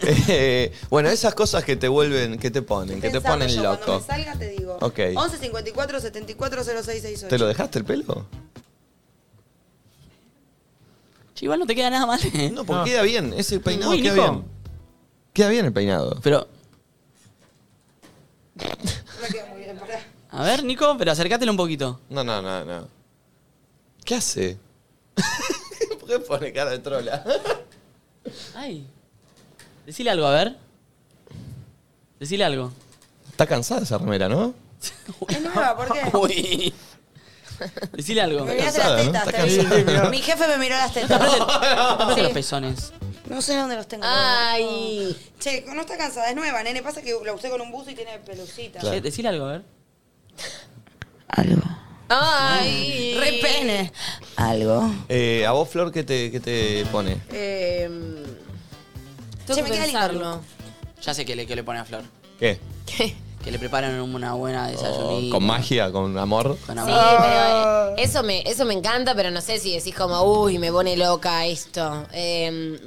[SPEAKER 1] Eh, bueno, esas cosas que te vuelven, que te ponen, que te
[SPEAKER 3] Pensando
[SPEAKER 1] ponen
[SPEAKER 3] yo, Cuando
[SPEAKER 1] loco.
[SPEAKER 3] me salga te digo.
[SPEAKER 1] Ok.
[SPEAKER 3] 11 54 74 0668.
[SPEAKER 1] ¿Te lo dejaste el pelo?
[SPEAKER 2] Che, igual no te queda nada mal. ¿eh?
[SPEAKER 1] No, porque queda bien. Ese peinado
[SPEAKER 2] Uy,
[SPEAKER 1] queda
[SPEAKER 2] Nico.
[SPEAKER 1] bien. Queda bien el peinado.
[SPEAKER 2] Pero,
[SPEAKER 3] No queda muy bien, pará.
[SPEAKER 2] a ver, Nico, pero acércatelo un poquito.
[SPEAKER 1] No, no, no, no. ¿Qué hace? ¿Por qué pone cara de trola?
[SPEAKER 2] Ay. Decile algo, a ver. Decile algo.
[SPEAKER 1] Está cansada esa remera, ¿no?
[SPEAKER 3] Es nueva, ¿por qué?
[SPEAKER 2] Uy. Decile algo.
[SPEAKER 3] Me
[SPEAKER 2] No
[SPEAKER 3] miraste
[SPEAKER 1] cansada,
[SPEAKER 3] las
[SPEAKER 1] Ah, ¿no?
[SPEAKER 3] tetas,
[SPEAKER 1] Está
[SPEAKER 3] te vi.
[SPEAKER 1] cansada.
[SPEAKER 3] Mi jefe me miró las
[SPEAKER 2] te
[SPEAKER 3] tetas.
[SPEAKER 2] apriete- no te apriete los pezones.
[SPEAKER 3] No sé dónde los tengo.
[SPEAKER 4] Ay.
[SPEAKER 3] Che, no está cansada, es nueva, nene. Pasa que la usé con un buzo y tiene pelucita.
[SPEAKER 1] Claro.
[SPEAKER 2] Che, decile algo, a ver.
[SPEAKER 3] Algo.
[SPEAKER 4] Ay.
[SPEAKER 3] Re pene. Algo.
[SPEAKER 1] Eh, ¿A vos, Flor, qué te, qué te pone?
[SPEAKER 4] Eh,
[SPEAKER 3] Che,
[SPEAKER 4] tengo
[SPEAKER 3] me
[SPEAKER 4] que
[SPEAKER 3] queda lindo
[SPEAKER 4] pensarlo.
[SPEAKER 2] Ya sé que le, que le pone a Flor.
[SPEAKER 1] ¿Qué?
[SPEAKER 4] ¿Qué?
[SPEAKER 2] Que le preparan una buena desayunito.
[SPEAKER 1] Oh, ¿Con magia? ¿Con amor?
[SPEAKER 2] Con
[SPEAKER 4] Sí,
[SPEAKER 2] amor.
[SPEAKER 1] Ah.
[SPEAKER 4] pero eh, eso me, eso me encanta, pero no sé si decís como, uy, me pone loca esto. Eh,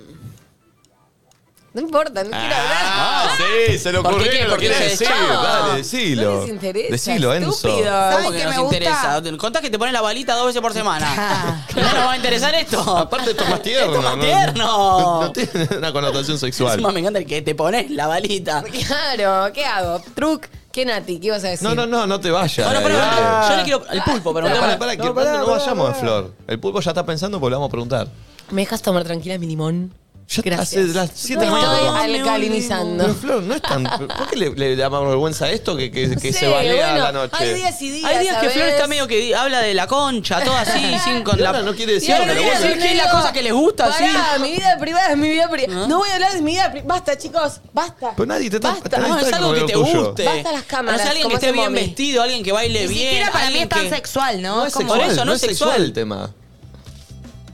[SPEAKER 4] no importa, no quiero hablar.
[SPEAKER 1] Ah, sí, se le
[SPEAKER 2] ¿Por qué
[SPEAKER 1] ocurrió
[SPEAKER 2] qué?
[SPEAKER 1] y lo
[SPEAKER 2] ¿Por qué
[SPEAKER 1] quiere
[SPEAKER 2] se
[SPEAKER 1] decir.
[SPEAKER 2] echó?
[SPEAKER 1] Dale, decilo.
[SPEAKER 4] No les interesa,
[SPEAKER 1] Decilo, Enzo.
[SPEAKER 4] estúpido.
[SPEAKER 2] ¿Cómo
[SPEAKER 3] ¿Saben
[SPEAKER 2] que
[SPEAKER 3] qué
[SPEAKER 2] nos
[SPEAKER 3] me gusta?
[SPEAKER 2] interesa? Contás que te pones la balita dos veces por semana. ¿No nos va a interesar esto?
[SPEAKER 1] Aparte, esto es más tierno.
[SPEAKER 2] Esto es más
[SPEAKER 1] ¿no?
[SPEAKER 2] tierno.
[SPEAKER 1] No, tiene una connotación
[SPEAKER 2] Encima
[SPEAKER 1] sexual.
[SPEAKER 2] me encanta el que te pones la balita.
[SPEAKER 4] Claro, ¿qué hago? ¿Truc? ¿Qué, Nati? ¿Qué ibas a decir?
[SPEAKER 1] No, no, no, no te vayas.
[SPEAKER 2] Bueno, pero
[SPEAKER 1] dale.
[SPEAKER 2] yo le quiero. El pulpo, pero
[SPEAKER 1] Pará, pará, pará,
[SPEAKER 2] para,
[SPEAKER 1] que no, no vayamos a Flor. El pulpo ya está pensando porque le vamos a preguntar.
[SPEAKER 4] ¿Me dejas tomar tranquila mi limón?
[SPEAKER 1] Ya
[SPEAKER 4] Gracias.
[SPEAKER 1] hace las 7 de
[SPEAKER 4] Me
[SPEAKER 1] la mañana. que
[SPEAKER 4] estoy
[SPEAKER 1] toma. Pero
[SPEAKER 4] alcalinizando.
[SPEAKER 1] Flor, no es tan. ¿Por qué le, le damos vergüenza a esto que, que- que se
[SPEAKER 4] Sí,
[SPEAKER 1] balea a
[SPEAKER 4] bueno,
[SPEAKER 1] la noche?
[SPEAKER 4] Hay días y días.
[SPEAKER 2] Hay días que
[SPEAKER 4] ¿sabes?
[SPEAKER 2] Flor está medio que di- habla de la concha, todo así, sin con
[SPEAKER 1] Y ahora
[SPEAKER 2] la.
[SPEAKER 1] no quiere
[SPEAKER 4] Y
[SPEAKER 1] decirlo,
[SPEAKER 4] ahora
[SPEAKER 1] pero
[SPEAKER 4] no
[SPEAKER 1] vos
[SPEAKER 2] quiere
[SPEAKER 1] decís-
[SPEAKER 4] decir
[SPEAKER 2] que es la
[SPEAKER 4] nada.
[SPEAKER 2] cosa que les gusta,
[SPEAKER 4] Pará,
[SPEAKER 2] sí.
[SPEAKER 4] mi vida privada es mi vida privada.
[SPEAKER 2] ¿Ah?
[SPEAKER 4] No voy a hablar de mi vida privada. Basta, chicos, basta.
[SPEAKER 1] Pero nadie te está-
[SPEAKER 4] Basta.
[SPEAKER 1] nadie
[SPEAKER 2] No,
[SPEAKER 1] está
[SPEAKER 2] es algo que
[SPEAKER 1] con
[SPEAKER 2] te
[SPEAKER 1] lo tuyo.
[SPEAKER 2] guste.
[SPEAKER 4] Basta las cámaras,
[SPEAKER 2] No es alguien que
[SPEAKER 4] como
[SPEAKER 2] esté
[SPEAKER 4] hace
[SPEAKER 2] bien
[SPEAKER 4] Momi.
[SPEAKER 2] vestido, alguien que baile bien. alguien que-
[SPEAKER 3] sexual,
[SPEAKER 1] No es sexual,
[SPEAKER 2] Por eso no es sexual.
[SPEAKER 1] el tema.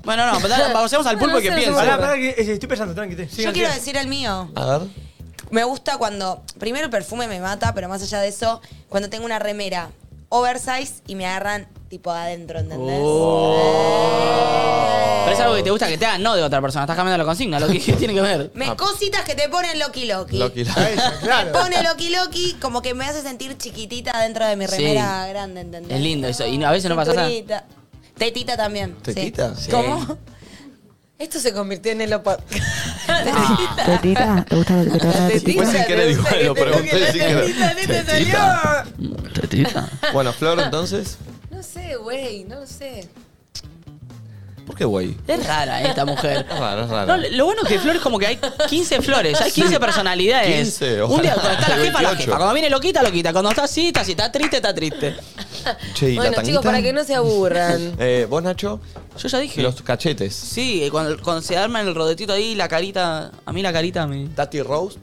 [SPEAKER 2] Bueno, no, pero dale, pasemos al pulpo
[SPEAKER 4] No,
[SPEAKER 2] que
[SPEAKER 4] no, no,
[SPEAKER 6] Pará,
[SPEAKER 4] Pará,
[SPEAKER 2] piensa.
[SPEAKER 6] pará, que eh, estoy pensando, tranqui. te-
[SPEAKER 3] Yo
[SPEAKER 6] sigan,
[SPEAKER 3] quiero
[SPEAKER 6] sigan.
[SPEAKER 3] decir el mío.
[SPEAKER 1] A ver.
[SPEAKER 3] Me gusta cuando. Primero el perfume me mata, pero más allá de eso, cuando tengo una remera oversize y me agarran tipo adentro, ¿entendés?
[SPEAKER 2] Oh. Pero es algo que te gusta que te hagan, no de otra persona. Estás cambiando la consigna, lo que tiene que ver.
[SPEAKER 3] Me, cositas que te ponen Loki Loki.
[SPEAKER 1] Loki, la-
[SPEAKER 6] A ella,
[SPEAKER 3] Me
[SPEAKER 6] claro.
[SPEAKER 3] pone Loki Loki, como que me hace sentir chiquitita dentro de mi
[SPEAKER 2] Sí.
[SPEAKER 3] remera grande, ¿entendés?
[SPEAKER 2] Es lindo eso, y a veces no pasa nada.
[SPEAKER 3] Cinturita. Tetita también. sí.
[SPEAKER 1] ¿Tetita? Sí.
[SPEAKER 3] ¿Cómo?
[SPEAKER 4] Esto se convirtió en el podcast.
[SPEAKER 5] Tetita, Ah, ¿te gusta lo que te hagan?
[SPEAKER 1] Fue sin querer igual, lo pregunté sin querer. Tetita.
[SPEAKER 2] Mm,
[SPEAKER 1] Bueno, Flor, entonces.
[SPEAKER 4] No sé, güey, no lo sé.
[SPEAKER 1] ¿Por qué, güey?
[SPEAKER 2] Es rara esta mujer.
[SPEAKER 1] Es rara, es rara.
[SPEAKER 2] No, lo bueno que Flor es como que hay 15 flores, hay 15 personalidades.
[SPEAKER 1] 15,
[SPEAKER 2] Un día cuando está la
[SPEAKER 1] ojalá,
[SPEAKER 2] jefa, la
[SPEAKER 1] 28.
[SPEAKER 2] jefa. Cuando viene loquita, loquita. Cuando está así, está así. Está triste, está triste.
[SPEAKER 1] Che, ¿y la
[SPEAKER 4] Bueno,
[SPEAKER 1] tanguita?
[SPEAKER 4] chicos, para que no se aburran.
[SPEAKER 1] Eh, ¿Vos, Nacho?
[SPEAKER 2] Yo ya dije.
[SPEAKER 1] Los cachetes.
[SPEAKER 2] Sí, eh, cuando, cuando se arma el rodetito ahí, la carita. A mí la carita me.
[SPEAKER 1] Tati Roast.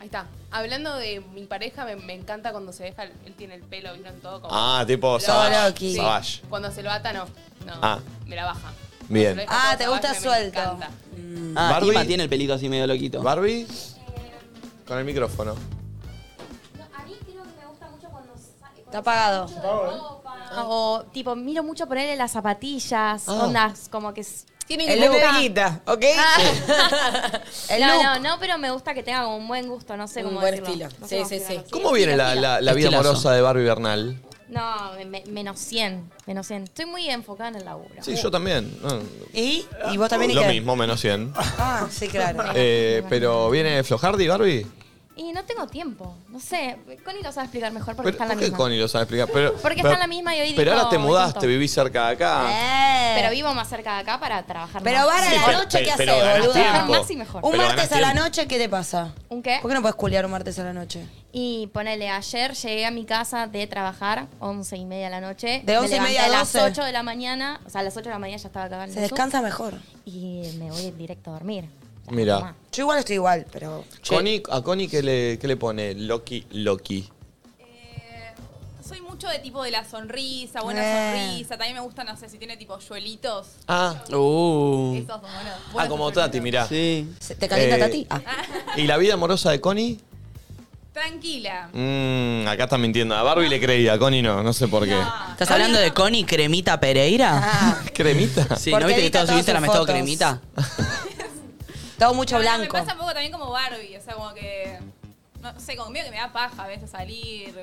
[SPEAKER 7] Ahí está. Hablando de mi pareja, me, me encanta cuando se deja, el- él tiene el pelo, vieron todo como...
[SPEAKER 1] Ah, tipo Savage.
[SPEAKER 3] Loki.
[SPEAKER 1] Savage.
[SPEAKER 7] Cuando se lo ata, no. No,
[SPEAKER 1] Ah.
[SPEAKER 7] me la baja.
[SPEAKER 1] Bien.
[SPEAKER 7] Cuando se lo deja
[SPEAKER 3] Ah,
[SPEAKER 7] todo
[SPEAKER 3] te gusta
[SPEAKER 7] salvaje, me
[SPEAKER 3] suelto.
[SPEAKER 7] encanta.
[SPEAKER 2] Ah,
[SPEAKER 1] Barbie.
[SPEAKER 2] Ima tiene el pelito así medio loquito.
[SPEAKER 1] Barbie. Con el micrófono.
[SPEAKER 8] No, a mí creo que me gusta mucho cuando sa- cuando
[SPEAKER 3] Está apagado.
[SPEAKER 8] mucho de ropa. O tipo, miro mucho ponerle las zapatillas,
[SPEAKER 1] Ah.
[SPEAKER 8] ondas como que... s-
[SPEAKER 4] Tienen que
[SPEAKER 3] El
[SPEAKER 4] tener
[SPEAKER 3] look.
[SPEAKER 4] guita, ¿ok?
[SPEAKER 3] El
[SPEAKER 7] no,
[SPEAKER 3] look.
[SPEAKER 7] no, no, pero me gusta que tenga como un buen gusto, no sé
[SPEAKER 4] Un
[SPEAKER 7] cómo
[SPEAKER 4] buen
[SPEAKER 7] decirlo.
[SPEAKER 4] estilo.
[SPEAKER 7] No
[SPEAKER 4] Sí,
[SPEAKER 7] sé cómo
[SPEAKER 4] sí,
[SPEAKER 7] explicarlo.
[SPEAKER 4] sí.
[SPEAKER 1] ¿Cómo viene la, la- la vida
[SPEAKER 2] Estilazo.
[SPEAKER 1] amorosa de Barbie Bernal?
[SPEAKER 7] No, me- menos 100, menos 100. Estoy muy enfocada en el laburo.
[SPEAKER 1] Sí, yo también. No,
[SPEAKER 3] ¿Y? ¿Y vos también? y
[SPEAKER 1] Lo
[SPEAKER 3] qué?
[SPEAKER 1] mismo, menos 100.
[SPEAKER 3] Ah, sí, claro.
[SPEAKER 1] Eh, pero viene Flojardi, Barbie.
[SPEAKER 7] Y no tengo tiempo, no sé. Connie lo sabe explicar mejor porque
[SPEAKER 1] Pero,
[SPEAKER 7] está en la
[SPEAKER 1] ¿Por qué
[SPEAKER 7] misma.
[SPEAKER 1] Connie lo sabe explicar? Pero,
[SPEAKER 7] Porque está
[SPEAKER 1] pero-
[SPEAKER 7] en la misma y hoy
[SPEAKER 1] Pero
[SPEAKER 7] dijo,
[SPEAKER 1] ahora te
[SPEAKER 7] "Ay,
[SPEAKER 1] mudaste,
[SPEAKER 7] tonto".
[SPEAKER 1] vivís cerca de acá.
[SPEAKER 3] Eh.
[SPEAKER 7] Pero vivo más cerca de acá para trabajar
[SPEAKER 3] Pero
[SPEAKER 7] más.
[SPEAKER 3] ahora a
[SPEAKER 1] Sí,
[SPEAKER 3] la
[SPEAKER 1] pero-
[SPEAKER 3] noche, ¿qué
[SPEAKER 1] pero ganás
[SPEAKER 3] haces,
[SPEAKER 7] Trabajar
[SPEAKER 1] tiempo.
[SPEAKER 3] boludo?
[SPEAKER 7] más y mejor. ¿Eh?
[SPEAKER 3] Un
[SPEAKER 1] Pero
[SPEAKER 3] martes
[SPEAKER 1] ganás
[SPEAKER 3] a la
[SPEAKER 1] tiempo.
[SPEAKER 3] noche, ¿qué te pasa?
[SPEAKER 7] ¿Un qué?
[SPEAKER 3] ¿Por qué no puedes culiar un martes a la noche?
[SPEAKER 7] Y ponele, ayer llegué a mi casa de trabajar, 11 y media de la noche.
[SPEAKER 3] De
[SPEAKER 7] Me
[SPEAKER 3] 11 y media
[SPEAKER 7] levanté
[SPEAKER 3] a
[SPEAKER 7] a las
[SPEAKER 3] 12.
[SPEAKER 7] 8 de la mañana. O sea, a las 8 de la mañana ya estaba acabando.
[SPEAKER 3] Se descansa mejor.
[SPEAKER 7] Y me voy directo a dormir.
[SPEAKER 1] Mira.
[SPEAKER 7] Tomá.
[SPEAKER 3] Yo igual estoy igual, pero.
[SPEAKER 1] Connie, ¿A Connie qué le, qué le pone? Loki, Loki.
[SPEAKER 7] No Eh, soy mucho de tipo de la sonrisa, buena
[SPEAKER 3] Eh.
[SPEAKER 7] sonrisa. También me gusta, no sé, si tiene tipo yuelitos.
[SPEAKER 1] Ah,
[SPEAKER 6] Uh.
[SPEAKER 7] Esos, bueno.
[SPEAKER 1] ah
[SPEAKER 7] buenos
[SPEAKER 1] como
[SPEAKER 7] yuelitos.
[SPEAKER 1] Tati, mirá.
[SPEAKER 6] Sí.
[SPEAKER 4] ¿Se- ¿Te calienta
[SPEAKER 1] Eh,
[SPEAKER 4] Tati? Ah.
[SPEAKER 1] ¿Y la vida amorosa de Connie?
[SPEAKER 7] Tranquila.
[SPEAKER 1] Mm, acá están mintiendo. A Barbie le creía, a Connie no, no sé por qué.
[SPEAKER 7] No.
[SPEAKER 2] ¿Estás hablando de Connie Cremita Pereira?
[SPEAKER 3] Ah,
[SPEAKER 1] ¿Cremita?
[SPEAKER 2] Sí,
[SPEAKER 3] Porque
[SPEAKER 2] ¿no viste que
[SPEAKER 3] edita todas
[SPEAKER 2] todos subiste la
[SPEAKER 3] sus
[SPEAKER 2] mezcla
[SPEAKER 3] fotos.
[SPEAKER 2] Cremita?
[SPEAKER 3] todo mucho
[SPEAKER 7] No, no,
[SPEAKER 3] blanco.
[SPEAKER 7] Me pasa un poco también como Barbie, o sea, como que. No sé, como medio que me da paja a veces salir.